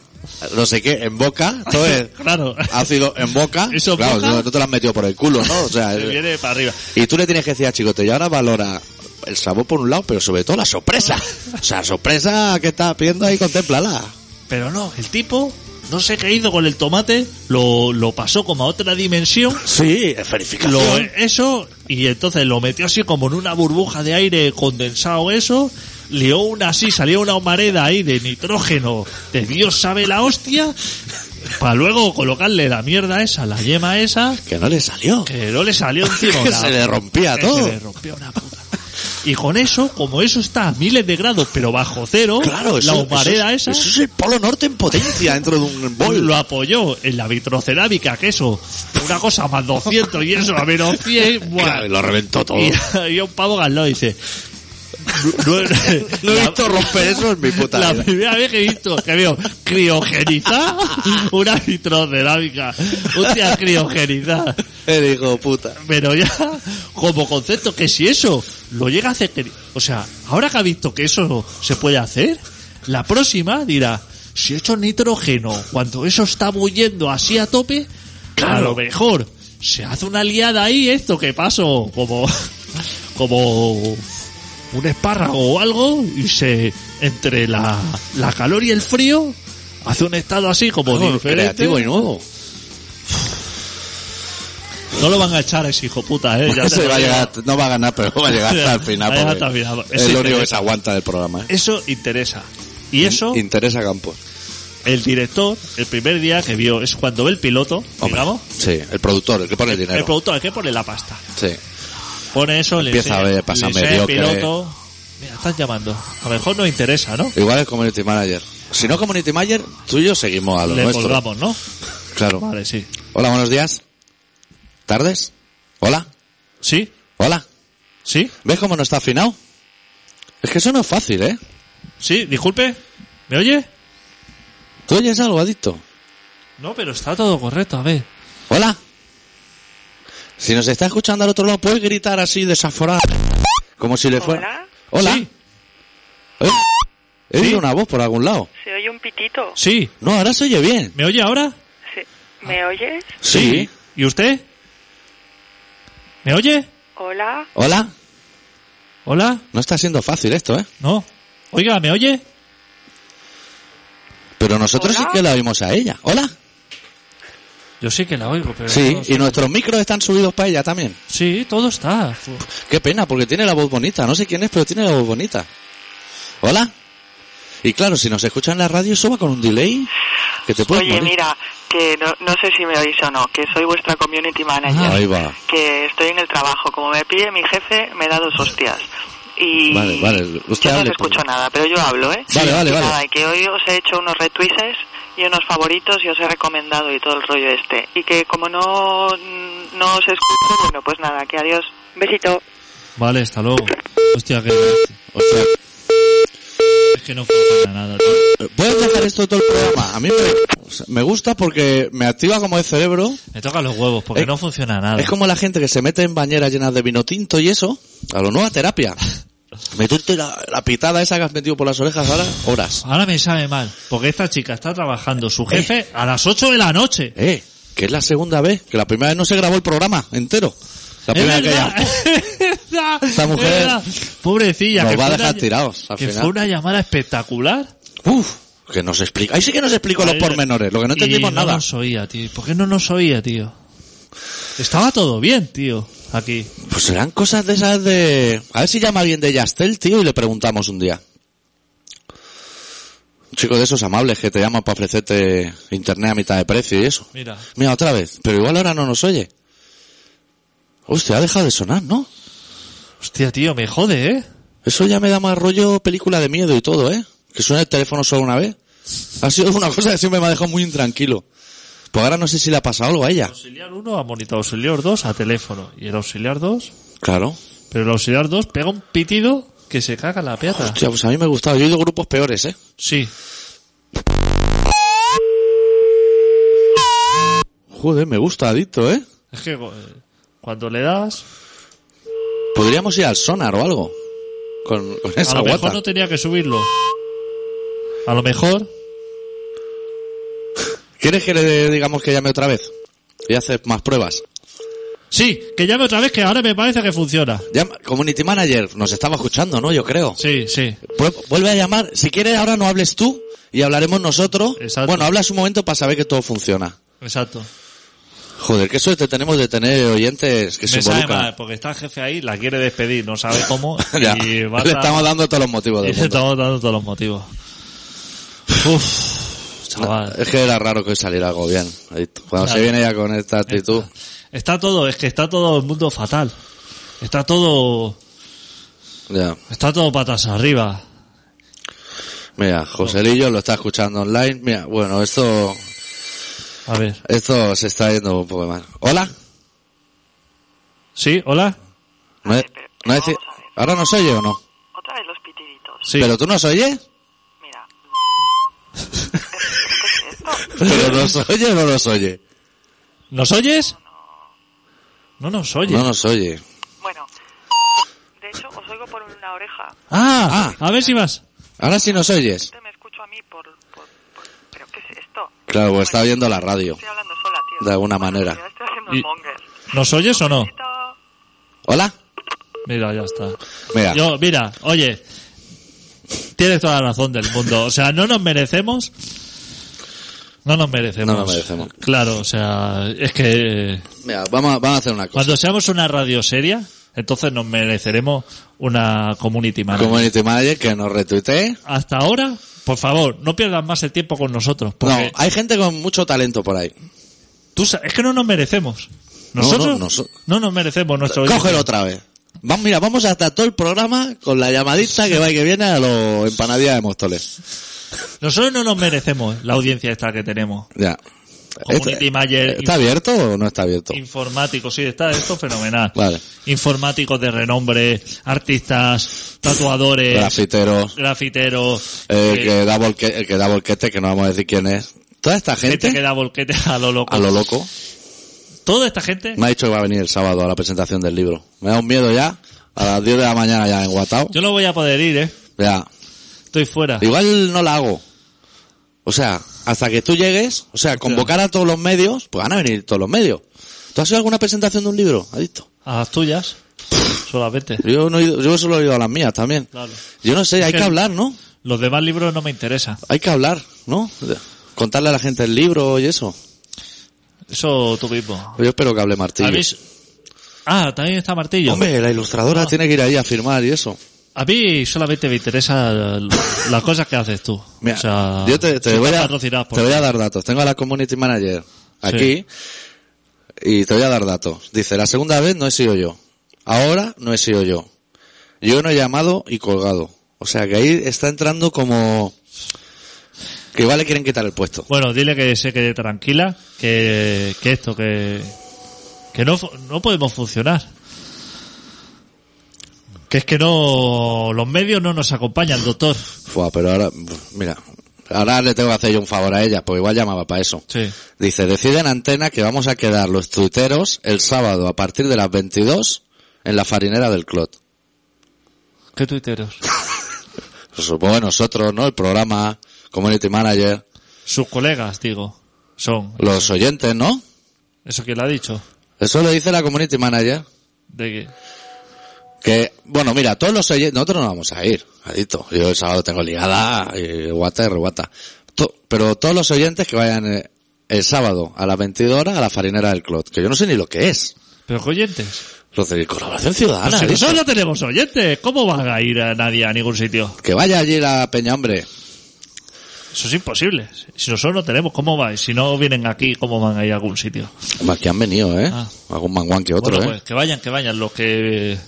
A: no sé qué, en boca, todo es
B: claro,
A: ácido en boca.
B: Eso en
A: claro,
B: boca.
A: no- no te lo has metido por el culo, ¿no? O sea,
B: te viene para arriba.
A: y tú le tienes que decir a Chicote, y ahora valora el sabor por un lado, pero sobre todo la sorpresa. O sea, la sorpresa que estás pidiendo ahí, contemplala.
B: Pero no, el tipo, no sé qué hizo con el tomate, lo, lo pasó como a otra dimensión.
A: Sí, es verificación.
B: lo, eso y entonces lo metió así como en una burbuja de aire condensado eso lió una así salió una humareda ahí de nitrógeno de dios sabe la hostia para luego colocarle la mierda esa la yema esa
A: Que no le salió. Que,
B: que no le salió encima una-
A: se le rompía
B: que
A: todo.
B: se le rompió una puta y con eso como eso está a miles de grados pero bajo cero
A: Claro, eso,
B: la humareda
A: eso es-
B: esa
A: Eso es el polo norte en potencia dentro de un bol.
B: lo apoyó en la vitrocerámica que eso una cosa más 200 y eso a menos 100 buah.
A: Claro, y lo reventó todo.
B: Y había un pavo ganado y dice... No, no-
A: No he
B: la-
A: visto ¿eh? romper eso en mi puta
B: La
A: vida.
B: primera vez que he visto que veo criogenizar una vitrocerámica. Hostia, criogenizar.
A: El hijo de puta.
B: Pero ya, como concepto, que si eso lo llega a hacer... que- O sea, ahora que ha visto que eso se puede hacer, la próxima dirá, si he hecho nitrógeno, cuando eso está bulliendo así a tope, a lo mejor se hace una liada ahí, esto que pasó como... como un espárrago o algo y se entre la, la calor y el frío hace un estado así como
A: Algo
B: diferente.
A: creativo y nuevo.
B: No lo van a echar a ese hijo puta, eh. Ya te
A: Ese
B: lo
A: Pues va a
B: digo.
A: llegar- no va a ganar, pero va a llegar hasta el final.
B: Va a llegar
A: porque
B: hasta el final.
A: Es
B: Sí,
A: lo único
B: interesa.
A: que se aguanta del programa. ¿eh?
B: Eso interesa. Y eso,
A: Interesa Campos.
B: el director, el primer día que vio, es cuando ve el piloto,
A: Hombre.
B: digamos,
A: Sí, el productor, el que pone el
B: el
A: dinero.
B: productor, el que pone la pasta.
A: sí.
B: Pone eso, le
A: Empieza a
B: enseña-
A: ver, pasa
B: le enseña el
A: mediocre.
B: piloto. Mira, están llamando. A lo mejor nos interesa, ¿no?
A: Igual es community manager. Si no community manager, tú y yo seguimos a lo
B: Le
A: nuestro.
B: colgamos, ¿no?
A: Claro.
B: Vale, sí.
A: Hola, buenos días. ¿Tardes? Hola.
B: ¿Sí?
A: Hola.
B: ¿Sí?
A: ¿Ves cómo no está afinado? Es que eso no es fácil, ¿eh?
B: ¿Sí? Disculpe. ¿Me oye?
A: ¿Tú oyes algo, adicto?
B: No, pero está todo correcto, a ver.
A: Hola. Si nos está escuchando al otro lado, puedes gritar así desaforado. Como si le fuera.
C: Hola.
A: Hola.
B: Sí.
A: ¿Eh? He
B: ¿Sí?
A: oído una voz por algún lado.
C: Se oye un pitito.
B: Sí.
A: No, ahora se oye bien.
B: ¿Me oye ahora?
C: Sí. ¿Me
A: Ah.
C: oyes?
B: ¿Y usted? ¿Me oye?
C: Hola.
A: Hola.
B: ¿Hola?
A: No está siendo fácil esto, ¿eh?
B: ¿No? Oiga, ¿me oye?
A: Pero nosotros
C: Hola.
A: sí que la oímos a ella. Hola.
B: Yo sí que la oigo, pero...
A: Sí,
B: no sé.
A: y nuestros micros están subidos para ella también.
B: Sí, todo está.
A: Qué pena, porque tiene la voz bonita. No sé quién es, pero tiene la voz bonita. Hola. Y claro, si nos escuchan en la radio, eso va con un delay que te puedes
C: Oye,
A: morir.
C: mira, que no, no sé si me oís o no, que soy vuestra community manager.
A: Ah, ahí va.
C: Que estoy en el trabajo. Como me pide mi jefe, me da dos hostias. Y
A: Vale, vale, usted
C: yo no os
A: hable,
C: escucho
A: pues.
C: nada, pero yo hablo, ¿eh?
A: Vale, vale,
C: Y
A: vale.
C: nada, y que hoy os he hecho unos retweets y unos favoritos y os he recomendado y todo el rollo este. Y que como no, no os escucho, bueno, pues nada, que adiós. Besito.
B: Vale, hasta luego. Hostia, que...
A: O sea,
B: Es que no funciona nada. tío.
A: Puedes dejar esto todo el programa. A mí me, o sea, me gusta porque me activa como el cerebro.
B: Me toca los huevos porque
A: Eh,
B: no funciona nada.
A: Es como la gente que se mete en bañeras llenas de vino tinto y eso, a lo nueva terapia. Meterte la, la pitada esa que has metido por las orejas ahora, horas.
B: Ahora me sabe mal, porque esta chica está trabajando su jefe a las 8 de la noche.
A: Eh, que es la segunda vez, que la primera vez no se grabó el programa entero. La
B: Es
A: primera que
B: verdad,
A: ya-
B: es verdad,
A: Esta
B: es
A: mujer
B: verdad. Pobrecilla.
A: nos
B: que
A: va a
B: fue
A: dejar
B: una-
A: tirados, al
B: que
A: final.
B: fue una llamada espectacular.
A: Uf, que nos explica. Ahí sí que nos explicó los
B: Ahí-
A: pormenores, lo que no entendimos
B: y
A: nada.
B: No nos oía, tío. ¿Por qué no nos oía, tío? Estaba todo bien, tío. Aquí.
A: Pues serán cosas de esas de... A ver si llama alguien de Yastel, tío, y le preguntamos un día. Un chico de esos amables que te llaman para ofrecerte internet a mitad de precio y eso.
B: Mira.
A: Mira, otra vez. Pero igual ahora no nos oye. Hostia, ha dejado de sonar, ¿no?
B: Hostia, tío, me jode, ¿eh?
A: Eso ya me da más rollo película de miedo y todo, ¿eh? Que suene el teléfono solo una vez. Ha sido una cosa que siempre me ha dejado muy intranquilo. Pues ahora no sé si le ha pasado algo a ella.
B: Auxiliar 1 a monitor, auxiliar 2 a teléfono. Y el auxiliar 2...
A: Claro.
B: Pero el auxiliar 2 pega un pitido que se caga la peata.
A: Hostia, pues a mí me ha gustado. Yo he ido a grupos peores, ¿eh?
B: Sí.
A: Joder, me gusta, adicto, ¿eh?
B: Es que eh, cuando le das...
A: Podríamos ir al sonar o algo. Con, con
B: A
A: esa
B: lo mejor
A: guata.
B: no tenía que subirlo. A lo mejor...
A: ¿Quieres que le digamos que llame otra vez? Y hace más pruebas.
B: Sí, que llame otra vez que ahora me parece que funciona.
A: Llama- Community Manager, nos estaba escuchando, ¿no? Yo creo.
B: Sí, sí.
A: Vuel- Vuelve a llamar. Si quieres, ahora no hables tú y hablaremos nosotros.
B: Exacto.
A: Bueno, hablas un momento para saber que todo funciona.
B: Exacto.
A: Joder, qué suerte tenemos de tener oyentes que se
B: Me sabe
A: involucran.
B: mal, porque está el jefe ahí, la quiere despedir, no sabe cómo,
A: Ya,
B: y va a
A: le
B: estar-
A: estamos dando todos los motivos
B: y
A: del
B: le
A: mundo.
B: estamos dando todos los motivos. Uf, chaval.
A: Es que era raro que hoy saliera algo bien. adicto. Cuando
B: Claro.
A: se viene ya con esta actitud.
B: Está todo, es que está todo el mundo fatal. Está todo,
A: Ya.
B: está todo patas arriba.
A: Mira, Joselillo lo está escuchando online. Mira, bueno, esto,
B: A ver.
A: esto se está yendo un poco mal. Hola.
B: ¿Sí? ¿Hola?
A: ¿No es-
C: pero-
A: no es-
C: vamos a ver.
A: ¿Ahora nos oye o no?
C: Otra vez los pitiditos.
B: Sí.
A: ¿Pero tú nos oyes?
C: Mira.
A: ¿Pero nos oye o no nos oye?
B: ¿Nos oyes? No nos oye.
A: No nos oye.
C: Bueno, de hecho os oigo por una oreja.
B: Ah,
A: Ah.
B: a ver si vas.
A: Ahora sí nos oyes.
C: Te me escucho a mí por, por- por- ¿Pero qué es esto?
A: Claro, pues está oyendo la radio.
C: Estoy hablando sola, tío.
A: De alguna
C: Bueno,
A: manera.
C: yo estoy haciendo
B: Y-
C: el monger.
B: ¿Nos oyes o no?
C: Besito.
A: ¿Hola?
B: Mira, ya está.
A: Mira.
B: Yo, mira, oye, tienes toda la razón del mundo. O sea, no nos merecemos. No nos merecemos.
A: No nos merecemos.
B: Claro, o sea, es que
A: Mira, vamos a, vamos a hacer una cosa.
B: cuando seamos una radio seria, entonces nos mereceremos una community manager.
A: Community Manager que nos retuitee.
B: Hasta ahora, por favor, no pierdas más el tiempo con nosotros. Porque
A: No, hay gente con mucho talento por ahí.
B: tú sa- es que no nos merecemos.
A: No,
B: Nosotros no,
A: no, noso-
B: nos merecemos nuestro
A: Cógelo otra vez. Vamos, mira, vamos hasta todo el programa con la llamadita que va y que viene a los empanadillas de Móstoles.
B: Nosotros no nos merecemos la audiencia esta que tenemos.
A: Ya.
B: Community
A: Este-
B: manager-
A: ¿Está abierto o no está abierto?
B: Informáticos, sí, está esto fenomenal.
A: Vale.
B: Informáticos de renombre, artistas, tatuadores,
A: Grafitero,
B: grafiteros,
A: el
B: eh,
A: que da volque- el que da volquete, que no vamos a decir quién es. Toda esta
B: gente
A: gente,
B: que da volquetes a lo loco.
A: a lo loco,
B: Toda esta gente,
A: me ha dicho que va a venir el sábado a la presentación del libro. Me da un miedo ya, a las 10 de la mañana ya en Guatao.
B: yo no voy a poder ir, ¿eh?
A: Ya.
B: Estoy fuera.
A: Igual no la hago. O sea, hasta que tú llegues, o sea, convocar a todos los medios, pues van a venir todos los medios. ¿Tú has hecho alguna presentación de un libro, adicto?
B: A las tuyas. Solamente.
A: Yo no he ido- yo solo he ido a las mías también.
B: Claro.
A: Yo no sé, hay
B: que-
A: que hablar, ¿no?
B: Los demás libros no me interesan.
A: Hay que hablar, ¿no? De- Contarle a la gente el libro y eso.
B: Eso tú mismo.
A: Yo espero que hable Martillo.
B: A mí s- Ah, también está Martillo.
A: Hombre, la
B: Ah.
A: ilustradora tiene que ir ahí a firmar y eso.
B: A mí solamente me interesan las cosas que haces tú.
A: Mira,
B: o sea,
A: yo te, te
B: tú
A: voy
B: estás
A: a,
B: patrocinado por-
A: te voy a dar datos. Tengo a la community manager aquí y te voy a dar datos. Dice, la segunda vez no he sido yo. Ahora no he sido yo. Yo no he llamado y colgado. O sea que ahí está entrando como... Que igual le quieren quitar el puesto.
B: Bueno, dile que se quede tranquila, que, que esto, que, que no, fu- no podemos funcionar. Que es que no, los medios no nos acompañan, doctor.
A: Fua, pero ahora, mira, ahora le tengo que hacer yo un favor a ella, porque igual llamaba para eso.
B: Sí.
A: Dice, decide en antena que vamos a quedar los tuiteros el sábado a partir de las 22 en la farinera del Clot.
B: ¿Qué tuiteros?
A: Pues Supongo que nosotros, ¿no? El programa, Community Manager,
B: Sus colegas, digo, son.
A: los oyentes, ¿no?
B: ¿Eso quién lo ha dicho?
A: Eso lo dice la Community Manager.
B: De que-
A: Que, bueno, mira, todos los oyentes, nosotros no vamos a ir, adicto. Yo el sábado tengo ligada, y guata y reguata. To- pero todos los oyentes que vayan eh, el sábado a las 22 horas a la farinera del Clot, que yo no sé ni lo que es.
B: ¿Pero qué oyentes?
A: Los de colaboración
B: Pero
A: ciudadana.
B: Pues si
A: adicto.
B: nosotros no tenemos oyentes, ¿cómo va a ir a nadie a ningún sitio?
A: Que vaya allí la peña, hombre.
B: Eso es imposible. Si nosotros no tenemos, ¿cómo va? Y Si no vienen aquí, ¿cómo van a ir a algún sitio?
A: Más que han venido, ¿eh?
B: Ah.
A: Algún manguán que otro,
B: Bueno,
A: ¿eh?
B: pues, que vayan, que vayan los que...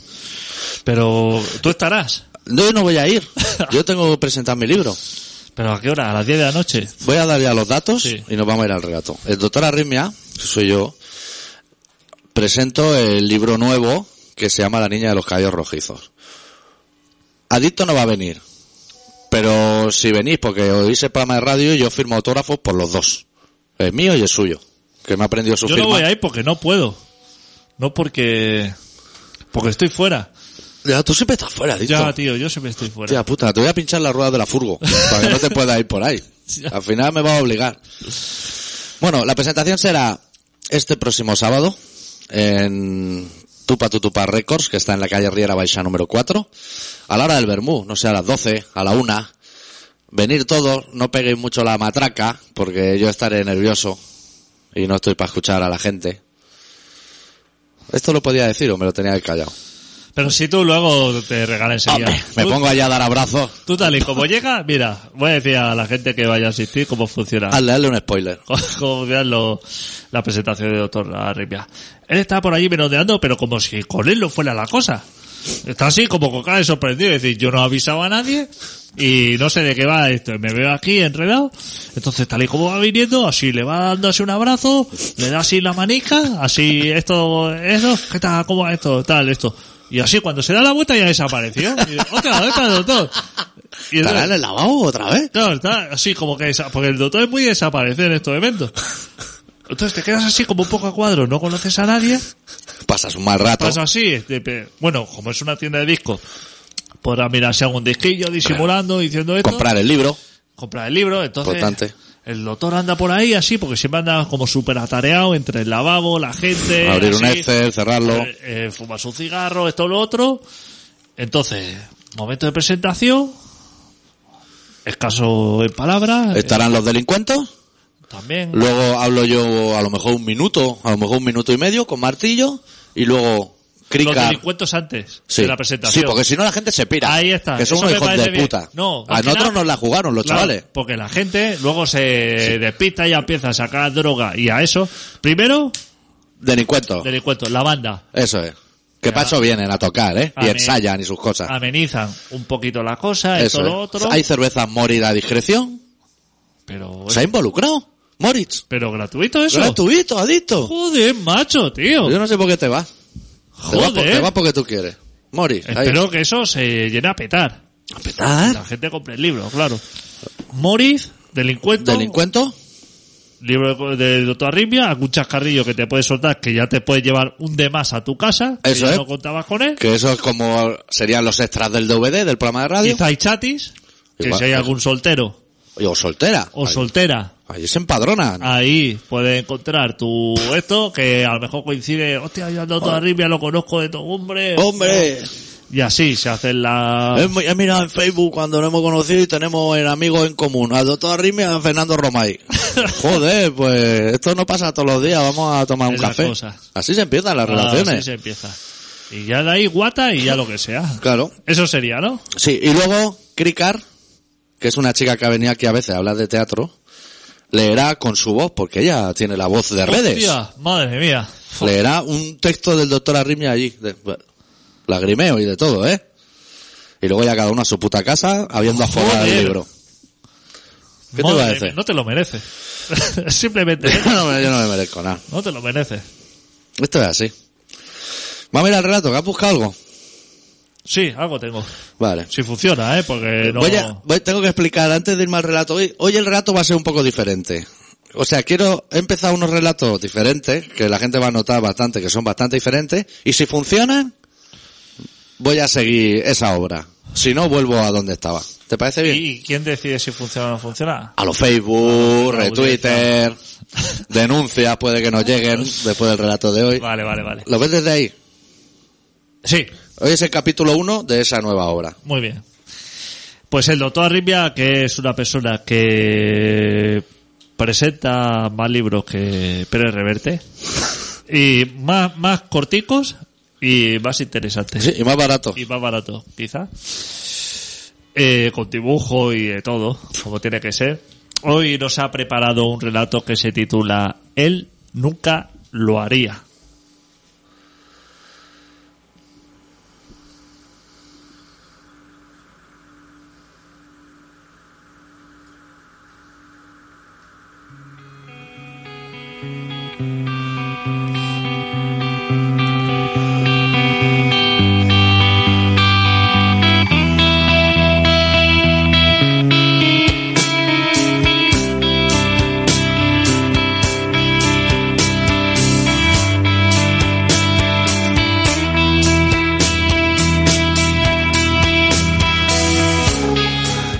B: Pero tú estarás.
A: No, yo no voy a ir. Yo tengo que presentar mi libro.
B: ¿Pero a qué hora? ¿A las 10 de la noche?
A: Voy a dar ya los datos
B: Sí.
A: y nos vamos a ir al relato. El doctor Arritmia, que soy yo, presento el libro nuevo que se llama La niña de los cabellos rojizos. Adicto no va a venir. Pero si venís, porque oís el programa de radio, yo firmo autógrafos por los dos. El mío y el suyo. Que me ha aprendido su
B: Yo
A: firma.
B: no voy a ir porque no puedo. No porque... Porque estoy fuera.
A: Ya, tú siempre estás fuera, adicto.
B: Ya, tío, yo siempre estoy fuera.
A: Tía puta, te voy a pinchar las ruedas de la furgo para que no te puedas ir por ahí. Al final me va a obligar. Bueno, la presentación será este próximo sábado en Tupa Tutupa Records, que está en la calle Riera Baixa número 4, a la hora del Bermú, no sé, a las 12, a la 1. Venir todos, no peguéis mucho la matraca, porque yo estaré nervioso y no estoy para escuchar a la gente. Esto lo podía decir o me lo tenía que haber callado.
B: Pero si tú luego te regalas enseguida.
A: Hombre, me
B: Tú-
A: pongo allá a dar abrazos.
B: Tú tal y como llega, mira, voy a decir a la gente que vaya a asistir cómo funciona.
A: Hazle, hazle un spoiler.
B: cómo funcionan los- la presentación de doctor Arrimia. Él estaba por allí merodeando, pero como si con él no fuera la cosa. Está así como con cara de sorprendido, es decir, yo no avisaba a nadie y no sé de qué va esto. Me veo aquí enredado. Entonces, tal y como va viniendo, así le va dando así un abrazo, le da así la manica, así esto, eso, ¿qué tal? ¿Cómo va esto? Tal, esto. Y así cuando se da la vuelta ya desapareció. Y, Otra, otra, doctor. Y entonces-
A: ¿Estará en el lavabo otra vez?
B: Claro, está así como que... desa- Porque el doctor es muy desaparecido en estos eventos. Entonces te quedas así como un poco a cuadro, no conoces a nadie,
A: Pasas un mal rato.
B: pasa así, este, pe- bueno, como es una tienda de discos, podrás mirarse algún disquillo disimulando, diciendo esto,
A: Comprar el libro.
B: comprar el libro, entonces
A: Importante.
B: el doctor anda por ahí así, porque siempre anda como súper atareado entre el lavabo, la gente,
A: abrir un
B: Eh, así.
A: Excel, cerrarlo.
B: Eh, eh, fumas un cigarro, esto, lo otro. Entonces, momento de presentación, escaso en palabras, eh,
A: Estarán los delincuentes.
B: también.
A: Luego hablo yo a lo mejor un minuto, a lo mejor un minuto y medio con martillo. Y luego
B: Los
A: crica.
B: delincuentos antes
A: Sí.
B: de la presentación.
A: Sí, porque si no la gente se pira.
B: Ahí está.
A: Que son
B: Eso
A: unos
B: me
A: hijos
B: parece
A: de
B: bien.
A: puta.
B: No,
A: a
B: más que
A: nosotros
B: nada-
A: nos la jugaron los
B: Claro,
A: chavales.
B: Porque la gente luego se despista y empieza a sacar droga y a eso. Primero,
A: Delincuentos.
B: delincuentos, la banda.
A: Eso es. Que paso vienen a tocar, ¿eh?
B: A
A: y
B: mí-
A: ensayan y sus cosas.
B: Amenizan un poquito la cosa,
A: Ah. Eso
B: esto, lo
A: es.
B: otro.
A: Hay cerveza Moritz a discreción.
B: Pero,
A: ¿Se ha involucrado? Moritz.
B: pero gratuito Pues eso.
A: Gratuito, adicto.
B: Joder, macho, tío.
A: Yo no sé por qué te vas. Te vas, por-
B: Joder.
A: te vas porque tú quieres. Moris. ahí. Ah.
B: Espero que eso se llene a petar.
A: Apretar.
B: La gente compre el libro, claro. Moriz, delincuente.
A: Delincuento.
B: libro de doctor Arritmia, algún chascarrillo que te puedes soltar, que ya te puedes llevar un de más a tu casa, que
A: Eso
B: ya
A: es.
B: no contabas con él,
A: Que eso es como serían los extras del DVD, del programa de
B: y
A: radio.
B: está ahí chatis,
A: Y,
B: Que
A: Igual-
B: si hay algún soltero
A: O soltera.
B: o Ah,
A: Ahí-
B: soltera,
A: Ahí se Ah. empadronan.
B: ahí puedes encontrar tu esto, que a lo mejor coincide, hostia, yo ando toda ribia, lo conozco de todo hombre.
A: Oh. ¡Hombre!
B: Y así se hacen las...
A: He, mi- he mirado en Facebook cuando nos hemos conocido y tenemos el amigo en común, al doctor Arrimia y a Fernando Romay. Joder, pues esto no pasa todos los días, vamos a tomar un
B: Es la
A: café.
B: cosa. Ah,
A: Así se empiezan las
B: Así
A: relaciones.
B: se empieza. Y ya de ahí guata y ya lo que sea.
A: Claro.
B: Eso sería, ¿no?
A: Sí, y luego Cricar, que es una chica que ha venido aquí a veces a hablar de teatro, leerá con su voz, porque ella tiene la voz de redes.
B: Hostia, madre mía.
A: Leerá un texto del doctor Arrimia allí, de- lagrimeo y de todo, ¿eh? Y luego ya cada uno a su puta casa, habiendo afogado el
B: Joder.
A: libro. ¿Qué
B: Madre
A: te
B: mía,
A: parece?
B: No te lo mereces. Simplemente ¿eh?
A: no, me- yo no me merezco nada.
B: no te lo mereces.
A: Esto es así. Vamos a mirar el relato, que has buscado algo.
B: Sí, algo tengo.
A: Vale.
B: Si funciona, ¿eh? Porque no...
A: Voy a- voy- tengo que explicar antes de irme al relato. Hoy, hoy el relato va a ser un poco diferente. O sea, quiero empezar unos relatos diferentes, que la gente va a notar bastante, que son bastante diferentes. Y si funcionan, voy a seguir esa obra. Si no, vuelvo a donde estaba. ¿Te parece bien?
B: ¿Y quién decide si funciona o no funciona?
A: A los Facebook,
B: A Ah, la
A: retwitter, denuncias puede que nos lleguen después del relato de hoy.
B: Vale, vale, vale.
A: ¿Lo ves desde ahí?
B: Sí,
A: Hoy es el capítulo 1 de esa nueva obra.
B: muy bien. Pues el doctor Arribia, que es una persona que presenta más libros que Pérez Reverte, y más, más corticos y más interesantes.
A: Sí, y más barato.
B: Y más barato, quizá. Eh, con dibujo y de todo, como tiene que ser. Hoy nos ha preparado un relato que se titula Él nunca lo haría.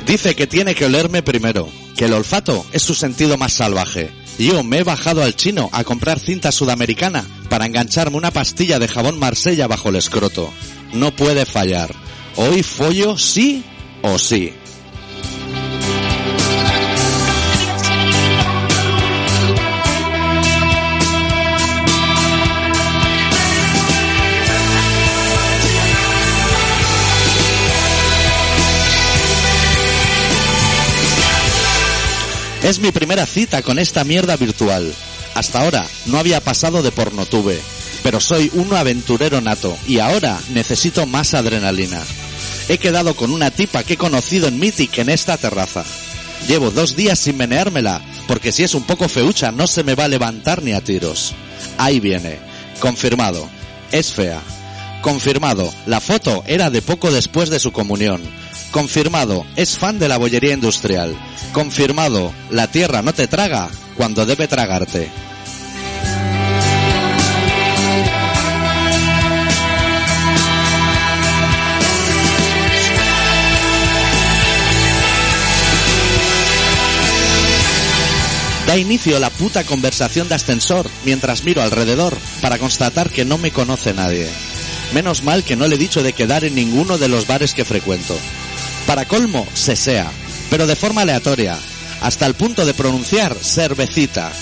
A: Dice que tiene que olerme primero, que el olfato es su sentido más salvaje. Yo me he bajado al chino a comprar cinta sudamericana para engancharme una pastilla de jabón Marsella bajo el escroto. No puede fallar. Hoy follo sí o sí. Es mi primera cita con esta mierda virtual. Hasta ahora no había pasado de pornotube, pero soy un aventurero nato y ahora necesito más adrenalina. He quedado con una tipa que he conocido en Mythic en esta terraza. Llevo dos días sin meneármela, porque si es un poco feucha no se me va a levantar ni a tiros. Ahí viene. Confirmado. Es fea. Confirmado, la foto era de poco después de su comunión. Confirmado, es fan de la bollería industrial. Confirmado, la tierra no te traga cuando debe tragarte. Da inicio la puta conversación de ascensor mientras miro alrededor para constatar que no me conoce nadie. Menos mal que no le he dicho de quedar en ninguno de los bares que frecuento. Para colmo, se sea, pero de forma aleatoria, hasta el punto de pronunciar cervecita.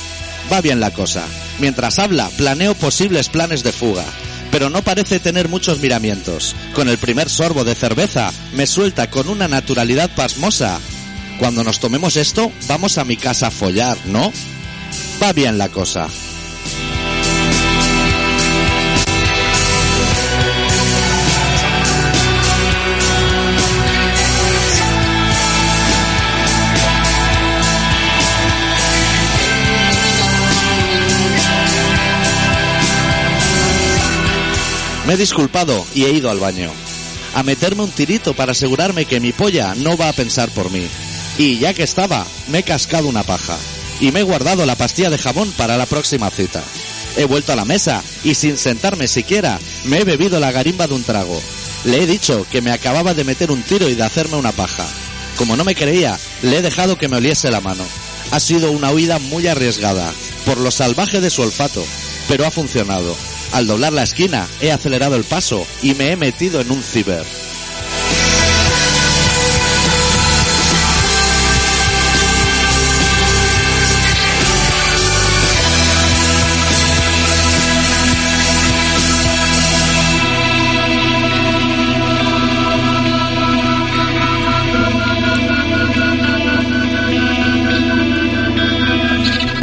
A: Va bien la cosa. Mientras habla, planeo posibles planes de fuga, pero no parece tener muchos miramientos. Con el primer sorbo de cerveza, me suelta con una naturalidad pasmosa. Cuando nos tomemos esto, vamos a mi casa a follar, ¿no? Va bien la cosa. Me he disculpado y he ido al baño. A meterme un tirito para asegurarme que mi polla no va a pensar por mí. Y ya que estaba, me he cascado una paja. Y me he guardado la pastilla de jabón para la próxima cita. He vuelto a la mesa y sin sentarme siquiera, me he bebido la garimba de un trago. Le he dicho que me acababa de meter un tiro y de hacerme una paja. Como no me creía, le he dejado que me oliese la mano. Ha sido una huida muy arriesgada, por lo salvaje de su olfato, pero ha funcionado. Al doblar la esquina, he acelerado el paso y me he metido en un ciber.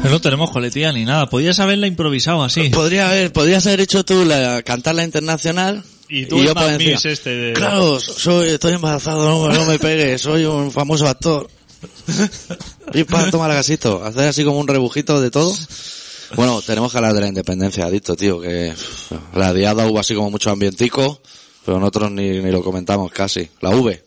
B: Pero no tenemos coletilla ni nada. Podías haberla improvisado así.
A: Podría haber, podrías haber hecho tú la, cantar la internacional
B: Y tú el
A: yo por
B: Mad
A: encima.
B: Mix este de-
A: Claro, soy, estoy embarazado, no, no me pegues, soy un famoso actor. Y para tomar gasito, hacer así como un rebujito de todo. Bueno, tenemos que hablar de la independencia, adicto, tío, que la diada hubo así como mucho ambientico, pero nosotros ni, ni lo comentamos casi. La V,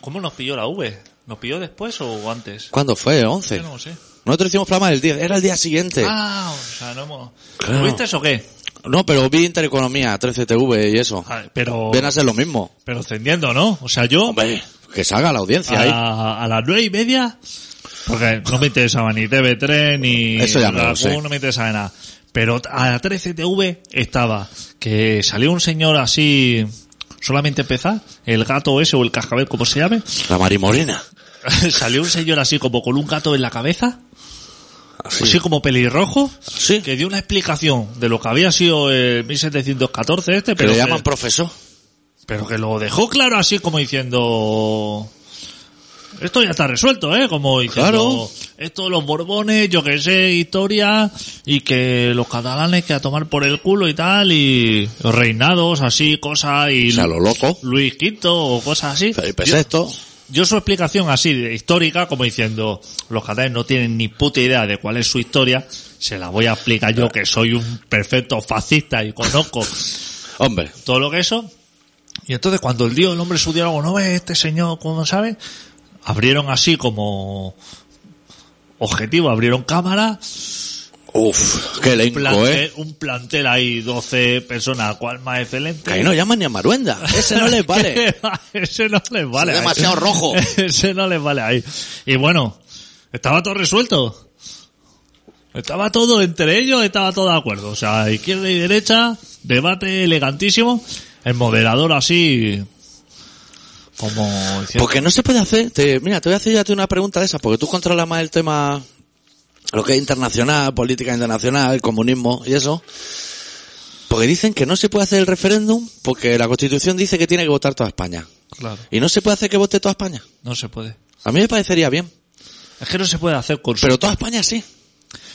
B: ¿Cómo nos pilló la V? ¿Nos pilló después o antes?
A: ¿cuándo fue? ¿El
B: Yo
A: 11?
B: no lo sé.
A: Nosotros hicimos programa el 10, era el día siguiente.
B: Ah, o sea, no hemos...
A: Claro.
B: ¿Lo viste o qué?
A: No, pero vi Intereconomía, 13TV y eso.
B: Joder, Pero,
A: Viene a ser lo mismo.
B: pero encendiendo, ¿no? O sea, yo
A: Hombre, que salga la audiencia
B: a,
A: ahí.
B: la- a las nueve y media, porque no me interesaba ni TV3, ni
A: Eso ya me lo
B: la-
A: sé.
B: no me interesaba nada. Pero a la 13 TV estaba que salió un señor así, solamente empezar, el gato ese o el cascabel, como se llame,
A: La Marimorena.
B: salió un señor así como con un gato en la cabeza,
A: Así.
B: así como pelirrojo,
A: Sí.
B: que dio una explicación de lo que había sido el 1714 este,
A: Que
B: pero
A: le
B: que-
A: llaman profesor.
B: Pero que lo dejó claro así como diciendo... Esto ya está resuelto, ¿eh? Como diciendo...
A: Claro.
B: Esto los borbones, yo que sé, historia... Y que los catalanes que a tomar por el culo y tal... Y los reinados, así, cosas... Y
A: O sea, lo loco.
B: Luis V o cosas así.
A: Felipe
B: Yo-
A: VI.
B: yo su explicación así, de- histórica, como diciendo, los catalanes no tienen ni puta idea de cuál es su historia, se la voy a explicar yo que soy un perfecto fascista y conozco
A: Hombre,
B: todo lo que eso. Y entonces cuando el dios, el hombre, su diálogo, no ve este señor, ¿cómo sabe? Abrieron así como objetivo, abrieron cámara,
A: uff, qué elenco,
B: plantel-
A: eh.
B: un plantel ahí, 12 personas, cual más excelente.
A: Que ahí no llaman ni a Maruenda. Ese no les vale.
B: Ese no les vale.
A: Es demasiado
B: ahí.
A: rojo.
B: Ese no les vale ahí. Y bueno, estaba todo resuelto. Estaba todo entre ellos, estaba todo de acuerdo. O sea, izquierda y derecha, debate elegantísimo. El moderador así, como diciendo,
A: Porque no se puede hacer. te- mira, te voy a hacer ya a ti una pregunta de esa, porque tú controlas más el tema. Lo que es internacional, política internacional, comunismo y eso. Porque dicen que no se puede hacer el referéndum porque la Constitución dice que tiene que votar toda España.
B: claro,
A: Y no se puede hacer que vote toda España.
B: no se puede.
A: A mí me parecería bien.
B: Es que no se puede hacer consulta.
A: Pero toda España sí.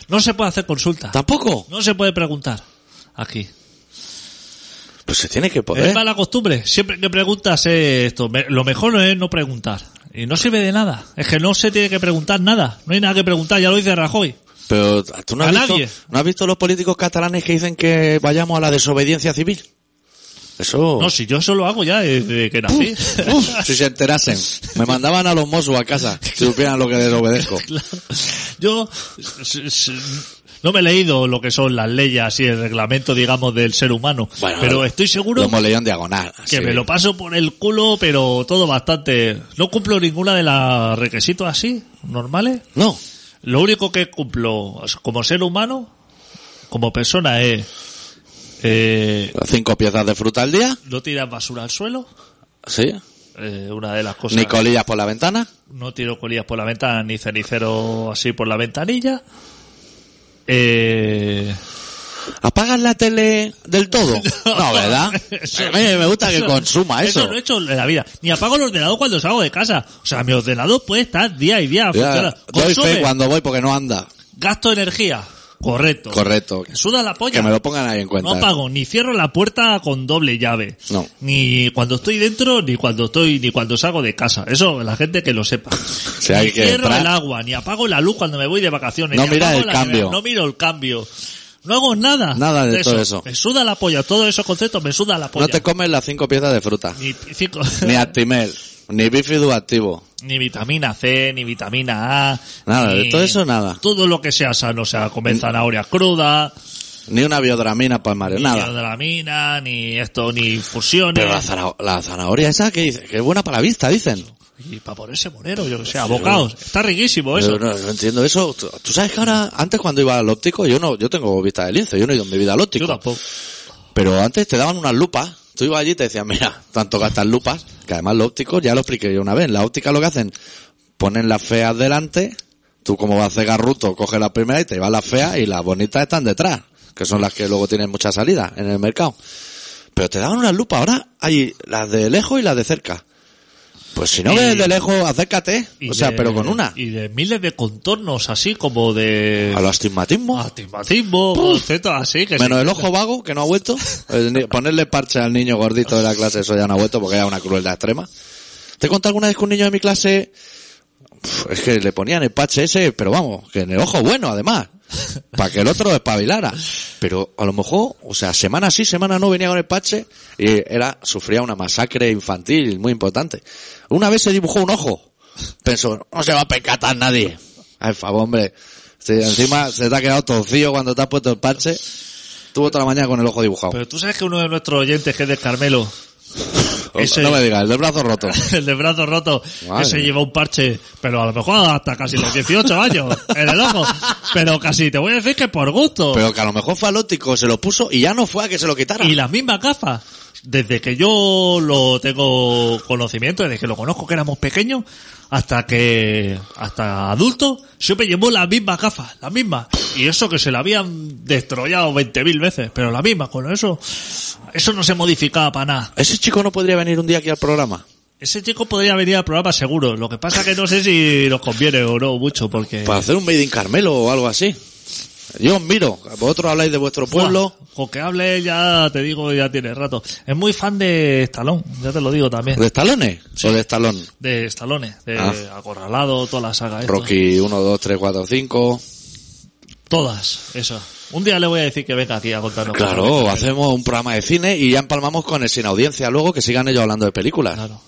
B: no se puede hacer consulta.
A: Tampoco.
B: No se puede preguntar. Aquí.
A: Pues se tiene que
B: Es
A: poder.
B: mala costumbre. Siempre que preguntas eh, esto, me- lo mejor es no preguntar. Y no sirve de nada. Es que no se tiene que preguntar nada. No hay nada que preguntar, ya lo dice Rajoy.
A: Pero tú no
B: A
A: has,
B: nadie.
A: visto, no has visto los políticos catalanes que dicen que vayamos a la desobediencia civil. Eso.
B: No, si yo eso lo hago ya desde que nací.
A: Uf, si se enterasen. Me mandaban a los Mossos a casa si supieran lo que desobedezco.
B: yo s- s- no me he leído lo que son las leyes y el reglamento, digamos, del ser humano.
A: Bueno,
B: pero estoy
A: Lo
B: seguro
A: hemos leído en diagonal.
B: que
A: así.
B: me lo paso por el culo, pero todo bastante. No cumplo ninguna de las requisitos así, normales.
A: No.
B: Lo único que cumplo como ser humano, como persona, es eh,
A: Cinco piezas de fruta al día.
B: no tirar basura al suelo,
A: Sí.
B: eh, una de las cosas.
A: Ni colillas por la ventana.
B: No tiro colillas por la ventana, ni cenicero así por la ventanilla. Eh,
A: ¿Apagas la tele del todo? No, ¿verdad?
B: Eso-
A: a mí me gusta que consuma eso.
B: Eso lo he hecho en la vida. Ni apago el ordenador cuando salgo de casa. O sea, mi ordenador puede estar día y día.
A: Ya,
B: funciona.
A: doy fe
B: Consume,
A: cuando voy porque no anda.
B: gasto energía. Correcto.
A: Correcto.
B: Me Suda la polla.
A: Que me lo pongan ahí en cuenta.
B: No pago, ni cierro la puerta con doble llave.
A: No.
B: Ni cuando estoy dentro, ni cuando estoy, ni cuando salgo de casa. Eso, la gente que lo sepa.
A: Si hay
B: ni
A: que
B: cierro
A: entrar-
B: el agua, ni apago la luz cuando me voy de vacaciones.
A: No
B: ni
A: miras
B: apago
A: el
B: la nevera,
A: cambio.
B: No miro el cambio. No hago nada.
A: Nada de todo eso.
B: Me suda la polla. Todos esos conceptos me suda la polla.
A: No te comes las cinco piezas de fruta.
B: ni, cinco-
A: Ni actimel. Ni bífido activo.
B: ni vitamina C, ni vitamina A.
A: Nada, de
B: ni-
A: todo eso nada.
B: Todo lo que sea sano, o sea, comer zanahorias crudas,
A: Ni una biodramina para el mareo.
B: ni
A: Nada.
B: biodramina, ni esto, ni infusiones.
A: Pero la, zana- la zanahoria esa que dice, que es buena para la vista, dicen.
B: Y para ponerse monero, yo que sé, abogados. Está riquísimo eso.
A: Yo no, no entiendo eso. Tú tú sabes que ahora, antes cuando iba al óptico, yo no, yo tengo vista de lince, yo no he ido en mi vida al óptico.
B: Yo tampoco.
A: Pero antes te daban unas lupas. Tú ibas allí y te decían, mira, tanto gastas lupas, que además los ópticos, ya lo expliqué yo una vez, en la óptica lo que hacen, ponen las feas delante, tú como vas de garruto, coges la primera y te vas las feas y las bonitas están detrás, que son las que luego tienen mucha salida en el mercado. Pero te daban unas lupas, ahora hay las de lejos y las de cerca. Pues si no
B: Y-
A: ves de lejos, acércate,
B: Y
A: o sea,
B: de-
A: pero con una.
B: Y de miles de contornos así como de...
A: A los astigmatismos.
B: Astigmatismo, conceptos así que
A: Menos
B: sí.
A: el ojo vago, que no ha vuelto. El ni- Ponerle parche al niño gordito de la clase, eso ya no ha vuelto porque era una crueldad extrema. ¿Te he contado alguna vez que un niño de mi clase... Uf, Es que le ponían el parche ese, pero vamos, que en el ojo bueno además. Para que el otro espabilara. Pero a lo mejor, o sea, semana sí, semana no venía con el parche y era, sufría una masacre infantil muy importante. Una vez se dibujó un ojo. Pensó, no se va a percatar nadie. Al favor, hombre. Sí, encima se te ha quedado torcido cuando te has puesto el parche. Tuvo toda la mañana con el ojo dibujado.
B: Pero tú sabes que uno de nuestros oyentes, que es de Carmelo, ese-
A: No me digas, el del brazo roto.
B: el de brazos roto,
A: Madre
B: que se
A: mía.
B: lleva un parche, pero a lo mejor hasta casi los 18 años, en el ojo. Pero casi, te voy a decir que por gusto.
A: Pero que a lo mejor fue al óptico, se lo puso y ya no fue a que se lo quitara.
B: Y las mismas gafas. Desde que yo lo tengo conocimiento, desde que lo conozco que éramos pequeños, hasta que, hasta adultos, siempre llevó las mismas gafas, las mismas. Y eso que se la habían destrollado 20.000 veces, pero las mismas, con eso, eso no se modificaba para nada.
A: Ese chico no podría venir un día aquí al programa.
B: Ese chico podría venir al programa seguro, lo que pasa que no sé si nos conviene o no mucho, porque...
A: Para hacer un Made in Carmelo o algo así. Yo os miro. Vosotros habláis de vuestro pueblo.
B: Buah, Con que hable ya te digo, ya tiene rato. Es muy fan de Stallone, ya te lo digo también.
A: ¿De estalones? ¿O de estalón?
B: De Stallone, de
A: Ah.
B: Acorralado, toda la saga. esta.
A: Rocky 1, 2, 3, 4, 5.
B: Todas, eso. Un día le voy a decir que venga aquí a contarnos.
A: Claro, hacemos un programa de cine y ya empalmamos con el sin audiencia luego que sigan ellos hablando de películas.
B: Claro.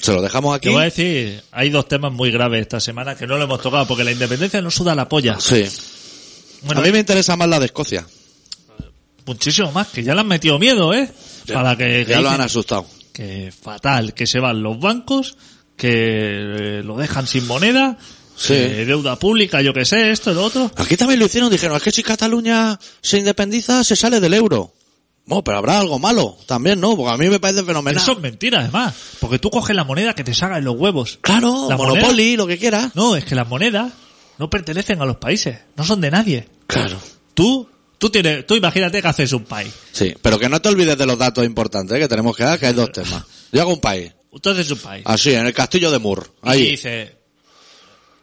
A: Se lo dejamos
B: Te
A: aquí.
B: voy a decir, hay dos temas muy graves esta semana que no lo hemos tocado porque la independencia no suda la polla.
A: Sí.
B: Bueno,
A: a mí me interesa más la de Escocia.
B: muchísimo más, que ya le han metido miedo, ¿eh? Para que, que
A: ya lo
B: dicen
A: han asustado.
B: que fatal, que se van los bancos, que eh, lo dejan sin moneda,
A: Sí.
B: que deuda pública, yo que sé, esto, lo otro.
A: Aquí también lo hicieron, dijeron, es que si Cataluña se independiza, se sale del euro. Bueno, pero habrá algo malo también, ¿no? Porque a mí me parece fenomenal.
B: Eso es mentira, además, porque tú coges la moneda que te salga en los huevos.
A: Claro,
B: La moneda-
A: Monopoly, lo que quieras.
B: No, es que las monedas no pertenecen a los países, no son de nadie.
A: Claro.
B: Tú, tú tienes, tú imagínate que haces un país.
A: Sí, pero que no te olvides de los datos importantes ¿eh? que tenemos que dar, que hay dos temas. Yo hago un país,
B: Tú haces un país
A: así, en el castillo de Moore,
B: y
A: Ah, ahí,
B: dices,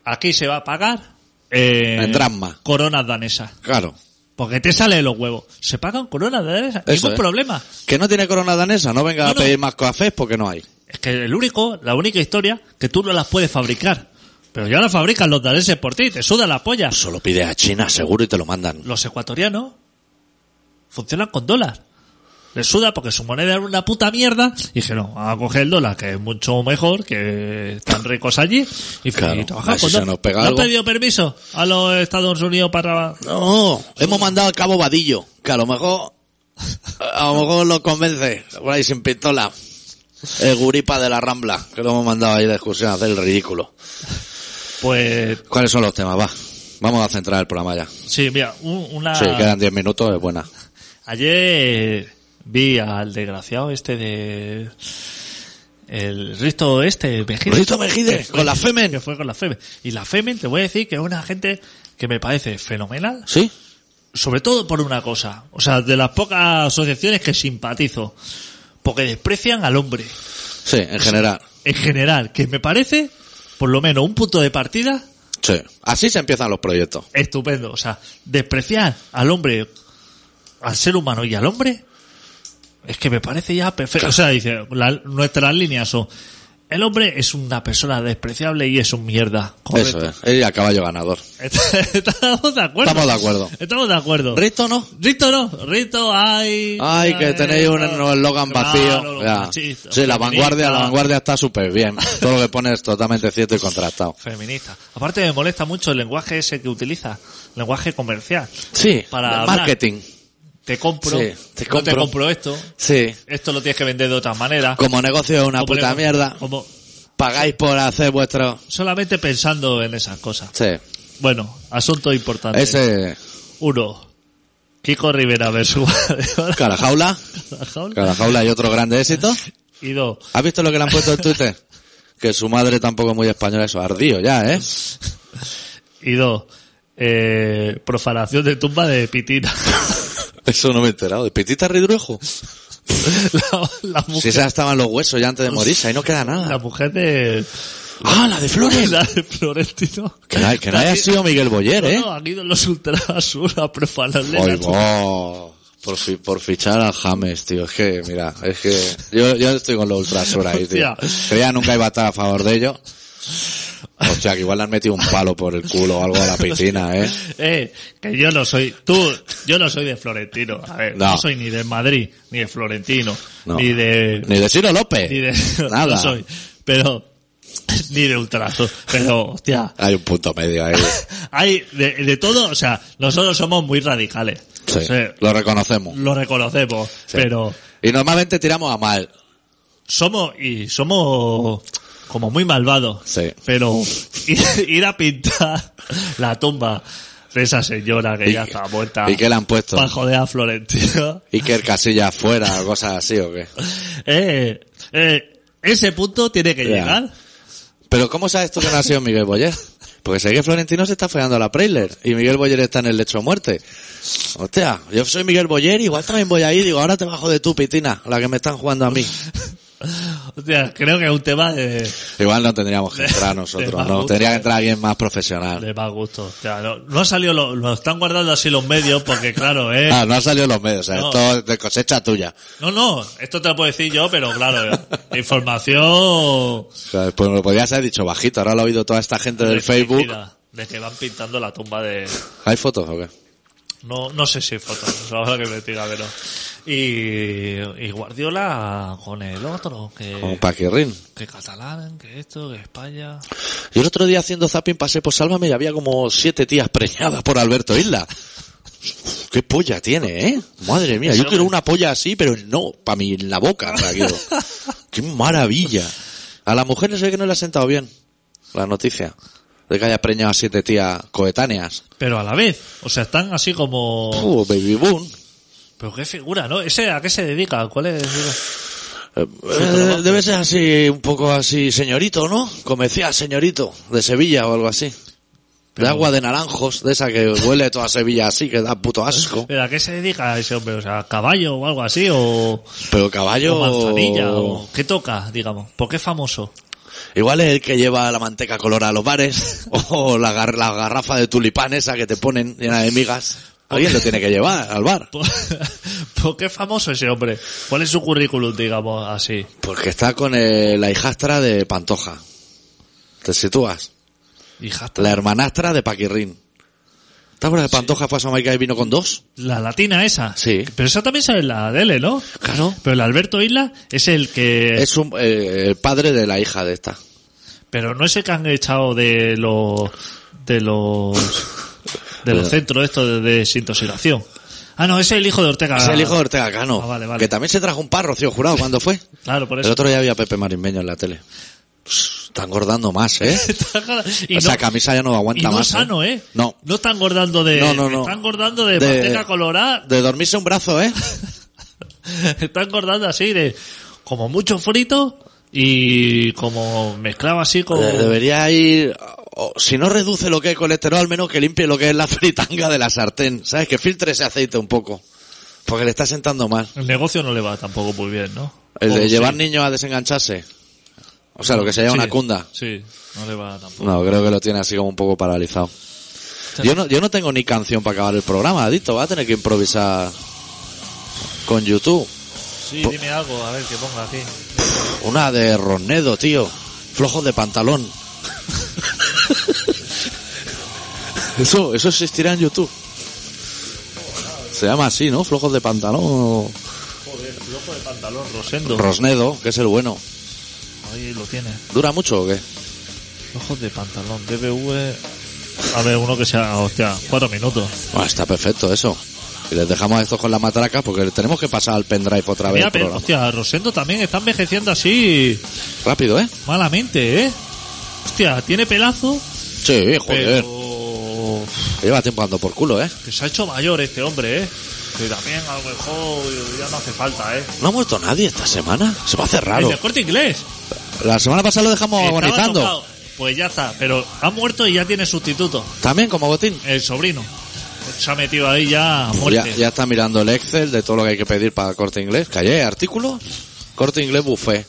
B: aquí se va a pagar eh,
A: En dracma.
B: coronas danesas.
A: claro.
B: Porque te sale de los huevos. Se pagan coronas danesas,
A: Eso
B: ningún
A: es.
B: problema.
A: Que no tiene corona danesa, no venga
B: No,
A: a
B: no.
A: pedir más cafés porque no hay.
B: Es que el único, la única historia que tú no las puedes fabricar. Pero ya las fabrican los daneses por ti, te suda la polla.
A: Solo pide a China, seguro, y te lo mandan.
B: los ecuatorianos funcionan con dólar. Les suda porque su moneda era una puta mierda. Y dijeron, vamos a coger el dólar, que es mucho mejor, que están ricos allí. Y,
A: Claro,
B: y trabajar
A: así
B: con
A: se
B: dólar.
A: nos pega
B: ¿No han
A: algo.
B: pedido permiso a los Estados Unidos para...
A: No, hemos mandado al cabo Vadillo, que a lo mejor, a lo mejor lo convence, por ahí sin pistola. El guripa de la Rambla, que lo hemos mandado ahí de excursión a hacer el ridículo.
B: Pues
A: ¿Cuáles son los temas? Va, vamos a centrar el programa ya.
B: sí, mira, un- una...
A: Sí, quedan 10 minutos, es buena.
B: Ayer vi al desgraciado este de... El Risto este, Mejide.
A: Rito Mejide,
B: Que fue-
A: con la Femen.
B: Que fue con la Femen. Y la Femen, te voy a decir que es una gente que me parece fenomenal.
A: ¿Sí?
B: sobre todo por una cosa, o sea, de las pocas asociaciones que simpatizo, porque desprecian al hombre
A: Sí, en general.
B: en general, que me parece, por lo menos, un punto de partida
A: Sí. Así se empiezan los proyectos.
B: Estupendo. O sea, despreciar al hombre, al ser humano y al hombre, es que me parece ya perfecto. O sea, dice, la- nuestras líneas son, el hombre es una persona despreciable y es un mierda. Correcto.
A: Eso es. Y a caballo ganador.
B: Estamos de acuerdo.
A: Estamos de acuerdo.
B: Estamos de acuerdo.
A: Rito no.
B: Rito no, Rito, ay.
A: Ay, que tenéis un eslogan vacío. Ya. sí, la vanguardia, la vanguardia está súper bien. Todo lo que pone es totalmente cierto y contrastado.
B: Feminista. Aparte me molesta mucho el lenguaje ese que utiliza, lenguaje comercial.
A: Sí,
B: Para hablar.
A: marketing.
B: Te compro,
A: Sí, te
B: no te
A: compro.
B: compro esto,
A: Sí.
B: esto lo tienes que vender de otra manera.
A: Como negocio es una
B: Como
A: puta
B: le-
A: mierda.
B: Como
A: Pagáis por hacer vuestro...
B: solamente pensando en esas cosas.
A: Sí.
B: Bueno, asunto importante.
A: Ese...
B: Uno. Kiko Rivera versus
A: Carajaula. Carajaula y otro grande éxito.
B: y dos.
A: ¿Has visto lo que le han puesto en Twitter? Que su madre tampoco es muy española, eso ardío ya, ¿eh?
B: Y dos, eh, profanación de tumba de Pitina.
A: Eso no me he enterado. ¿De Pitita Ridruejo? Si
B: la, la mujer,
A: esa estaban los huesos ya antes de morirse, ahí no queda
B: la
A: nada.
B: mujer de...
A: ¡Ah, la de Flores!
B: La de Florentino.
A: Que no, que no haya
B: Aquí-
A: sido Miguel Boyer, ¿eh?
B: No, no, han ido los ultrasur a profanarle la
A: Ay,
B: tumba.
A: bo. Por, fi- por fichar a James, tío. Es que, mira, es que yo, yo estoy con los ultrasur ahí, tío.
B: Hostia.
A: Creía nunca iba a estar a favor de ellos. O sea, que igual le han metido un palo por el culo o algo a la piscina, ¿eh?
B: Eh, que yo no soy, tú, yo no soy de Florentino. A ver, no,
A: No.
B: soy ni de Madrid, ni de Florentino,
A: No.
B: ni de,
A: Ni de Ciro López.
B: ni de,
A: Nada.
B: no soy, pero, ni de ultrasur. Pero, hostia,
A: Hay un punto medio ahí.
B: hay de, de todo, o sea, nosotros somos muy radicales.
A: Sí,
B: O sea,
A: lo reconocemos.
B: lo reconocemos,
A: Sí.
B: pero
A: Y normalmente tiramos a mal.
B: somos y somos como muy malvados.
A: Sí.
B: Pero ir, ir a pintar la tumba de esa señora que
A: Y-
B: ya está muerta.
A: ¿Y qué le han puesto?
B: Para joder a Florentino.
A: Iker Casillas fuera, cosas así o qué.
B: Eh, eh, ese punto tiene que
A: Ya.
B: llegar.
A: Pero ¿cómo sabes tú que no ha sido Miguel Boyer? Porque sé que Florentino se está follando a la Preyler y Miguel Boyer está en el lecho de muerte. Hostia, yo soy Miguel Boyer, igual también voy ahí, digo, ahora te bajo de tú, Pitina, la que me están jugando a mí.
B: O sea, creo que es un tema de,
A: Igual no tendríamos que entrar
B: De
A: nosotros,
B: más
A: no,
B: gusto,
A: tendría que
B: eh.
A: entrar alguien más profesional.
B: de mal gusto. O sea, no, no ha salido, lo, lo están guardando así los medios porque claro, eh.
A: Ah, no han salido los medios, o sea,
B: No.
A: esto es de cosecha tuya.
B: No, no, esto te lo puedo decir yo, pero claro, eh, información
A: O sea, pues me lo podías haber dicho bajito, ahora lo ha oído toda esta gente del Facebook.
B: restringida de que van pintando la tumba de
A: ¿Hay fotos o qué?
B: No, no sé si fotos, la verdad que me tira, pero... Y, y Guardiola con el otro,
A: Como un
B: que,
A: paquirrín.
B: que catalán, que esto, que España...
A: Yo el otro día haciendo zapping pasé por Sálvame y había como siete tías preñadas por Alberto Isla. ¿Qué polla tiene, eh? Madre mía, yo quiero una polla así, pero no, para mí en la boca. la quiero. ¡Qué maravilla! A las mujeres sé que no le ha sentado bien la noticia de que haya preñado a siete tías coetáneas.
B: Pero a la vez, o sea, están así como...
A: ¡Uh, baby boom!
B: Pero qué figura, ¿no? ¿Ese a qué se dedica? ¿Cuál es?
A: Eh, eh, debe ser así, un poco así, señorito, ¿no? Comecía señorito, de Sevilla o algo así. De agua de naranjos, de esa que huele toda Sevilla así, que da puto asco.
B: ¿A qué se dedica ese hombre? O sea, ¿caballo o algo así? ¿O,
A: Pero
B: o
A: caballo...
B: manzanilla? O, ¿Qué toca, digamos? ¿Por qué es famoso?
A: Igual es el que lleva la manteca color a los bares, o la, gar- la garrafa de tulipán esa que te ponen llena de migas. Alguien lo tiene que llevar al bar.
B: ¿Por, por qué es famoso ese hombre? ¿Cuál es su currículum, digamos, así?
A: Porque está con eh, la hijastra de Pantoja. ¿Te sitúas?
B: Hijastra.
A: La hermanastra de Paquirrín. ¿Te acuerdas de Pantoja fue a Jamaica y vino con dos?
B: La latina esa.
A: Sí.
B: Pero esa también sale en la Dele, ¿no?
A: Claro.
B: Pero el Alberto Isla es el que...
A: Es un, eh, el padre de la hija de esta.
B: Pero no es el que han echado de los... De los... De los
A: Pero-
B: centros estos de desintoxicación. Ah, no, ese es el hijo de Ortega.
A: Es el hijo de Ortega Cano.
B: Ah, vale, vale.
A: Que también se trajo un parro, tío, jurado, cuando fue?
B: Claro, por
A: El
B: eso.
A: otro día había Pepe Marismeño en la tele. Pff, Está engordando más, ¿eh?
B: y
A: o sea, camisa ya no aguanta
B: y no
A: más. ¿eh?
B: sano, ¿eh?
A: No.
B: No están engordando de...
A: No, no, no.
B: Están engordando de,
A: De-
B: manteca colorada.
A: De dormirse un brazo, ¿eh?
B: Están engordando así de... Como mucho frito y como mezclado así con...
A: Eh, Debería ir... o- si no reduce lo que es colesterol, al menos que limpie lo que es la fritanga de la sartén. ¿Sabes? Que filtre ese aceite un poco. Porque le está sentando mal.
B: El negocio no le va tampoco muy bien, ¿no?
A: El
B: O
A: de
B: Oh, sí.
A: llevar niños a desengancharse. O sea, lo que se llama
B: Sí,
A: una cunda.
B: Sí. No le va tampoco.
A: No, creo que lo tiene así como un poco paralizado. Yo no, yo no tengo ni canción para acabar el programa, Adito. Va a tener que improvisar con YouTube.
B: Sí, dime algo, a ver que ponga aquí.
A: Una de Rosnedo, tío. Flojos de pantalón. eso, eso existirá en YouTube. Se llama así, ¿no? Flojos de pantalón. o
B: Joder, flojo de pantalón, Rosendo.
A: Rosnedo, que es el bueno.
B: Ahí lo tiene.
A: ¿Dura mucho o qué?
B: Ojos de pantalón, DBV. A ver, uno que sea, hostia, cuatro minutos.
A: Ah, está perfecto eso. Y les dejamos a estos con la matraca porque tenemos que pasar al pendrive otra vez.
B: Mira,
A: el
B: pero,
A: programa.
B: hostia, Rosendo también está envejeciendo así
A: Rápido, ¿eh?
B: malamente, ¿eh? Hostia, tiene pelazo,
A: Sí, joder.
B: pero
A: Lleva tiempo andando por culo, ¿eh?
B: que se ha hecho mayor este hombre, ¿eh? Que también a lo mejor ya no hace falta, ¿eh?
A: No ha muerto nadie esta semana. Se va a hacer raro.
B: El de corte inglés.
A: La semana pasada lo dejamos
B: estaba
A: agonizando.
B: tocado. Pues ya está, pero ha muerto y ya tiene sustituto.
A: También como botín.
B: El sobrino. Se ha metido ahí ya a
A: Pues Ya,
B: muerte.
A: ya está mirando el Excel de todo lo que hay que pedir para corte inglés. Callé, artículo. Corte inglés buffet.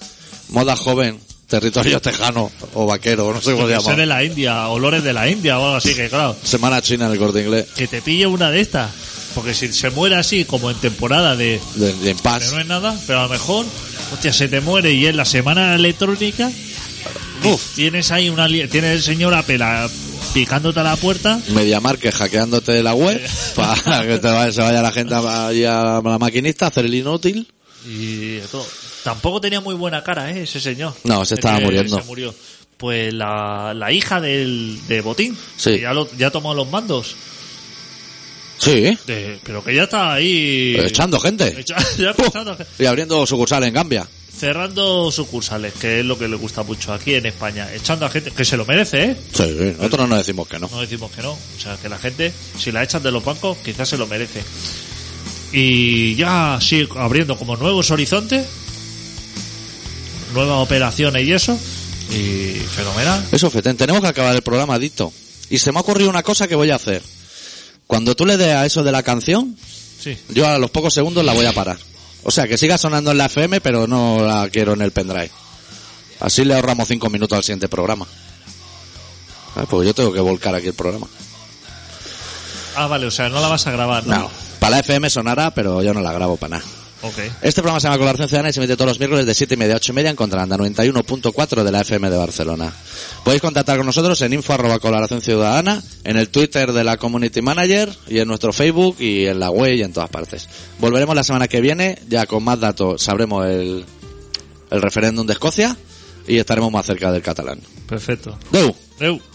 A: Moda joven. Territorio tejano o vaquero, no sé cómo se
B: Yo que sé
A: llama.
B: de la India, olores de la India o algo así, que claro,
A: Semana china en el corte inglés.
B: que te pille una de estas. Porque si se muere así, como en temporada de,
A: De, de en paz.
B: de no es nada, pero a lo mejor, hostia, se te muere y en la semana electrónica
A: Uf.
B: tienes ahí una lia- tienes el señor a pela picándote a la puerta.
A: Mediamarket hackeándote la web para que te vaya- se vaya la gente allí a la maquinista a hacer el inútil.
B: Y todo. Tampoco tenía muy buena cara, ¿eh? Ese señor.
A: No, se
B: El
A: estaba
B: que
A: muriendo.
B: se murió. Pues la, la hija del, de Botín.
A: Sí.
B: que Ya, lo, ya tomó los mandos.
A: Sí,
B: de- pero que ya está ahí.
A: echando gente.
B: Echa- ya
A: Uf.
B: echando-
A: Y abriendo sucursal en Gambia.
B: cerrando sucursales, que es lo que le gusta mucho aquí en España. Echando a gente que se lo merece, ¿eh?
A: Sí, nosotros no decimos que no.
B: No decimos que no. O sea, que la gente, si la echan de los bancos, quizás se lo merece. Y ya, sí, abriendo como nuevos horizontes, nuevas operaciones y eso. Y fenomenal.
A: Eso, Feten, tenemos que acabar el programa, Dito. Y se me ha ocurrido una cosa que voy a hacer. Cuando tú le des a eso de la canción,
B: Sí.
A: yo a los pocos segundos la voy a parar. O sea, que siga sonando en la FM, pero no la quiero en el pendrive. Así le ahorramos cinco minutos al siguiente programa. Ah, pues yo tengo que volcar aquí el programa.
B: Ah, vale, o sea, no la vas a grabar, ¿no?
A: No, para la FM sonará, pero yo no la grabo para nada.
B: Ok.
A: Este programa se llama Colaboración Ciudadana y se emite todos los miércoles de 7 y media a 8 y media en Contralanda 91.4 de la FM de Barcelona. Podéis contactar con nosotros en info arroba colaboración ciudadana, en el Twitter de la Community Manager y en nuestro Facebook y en la web y en todas partes. Volveremos la semana que viene, ya con más datos sabremos el, el referéndum de Escocia y estaremos más cerca del catalán.
B: Perfecto.
A: Deu.
B: Eu.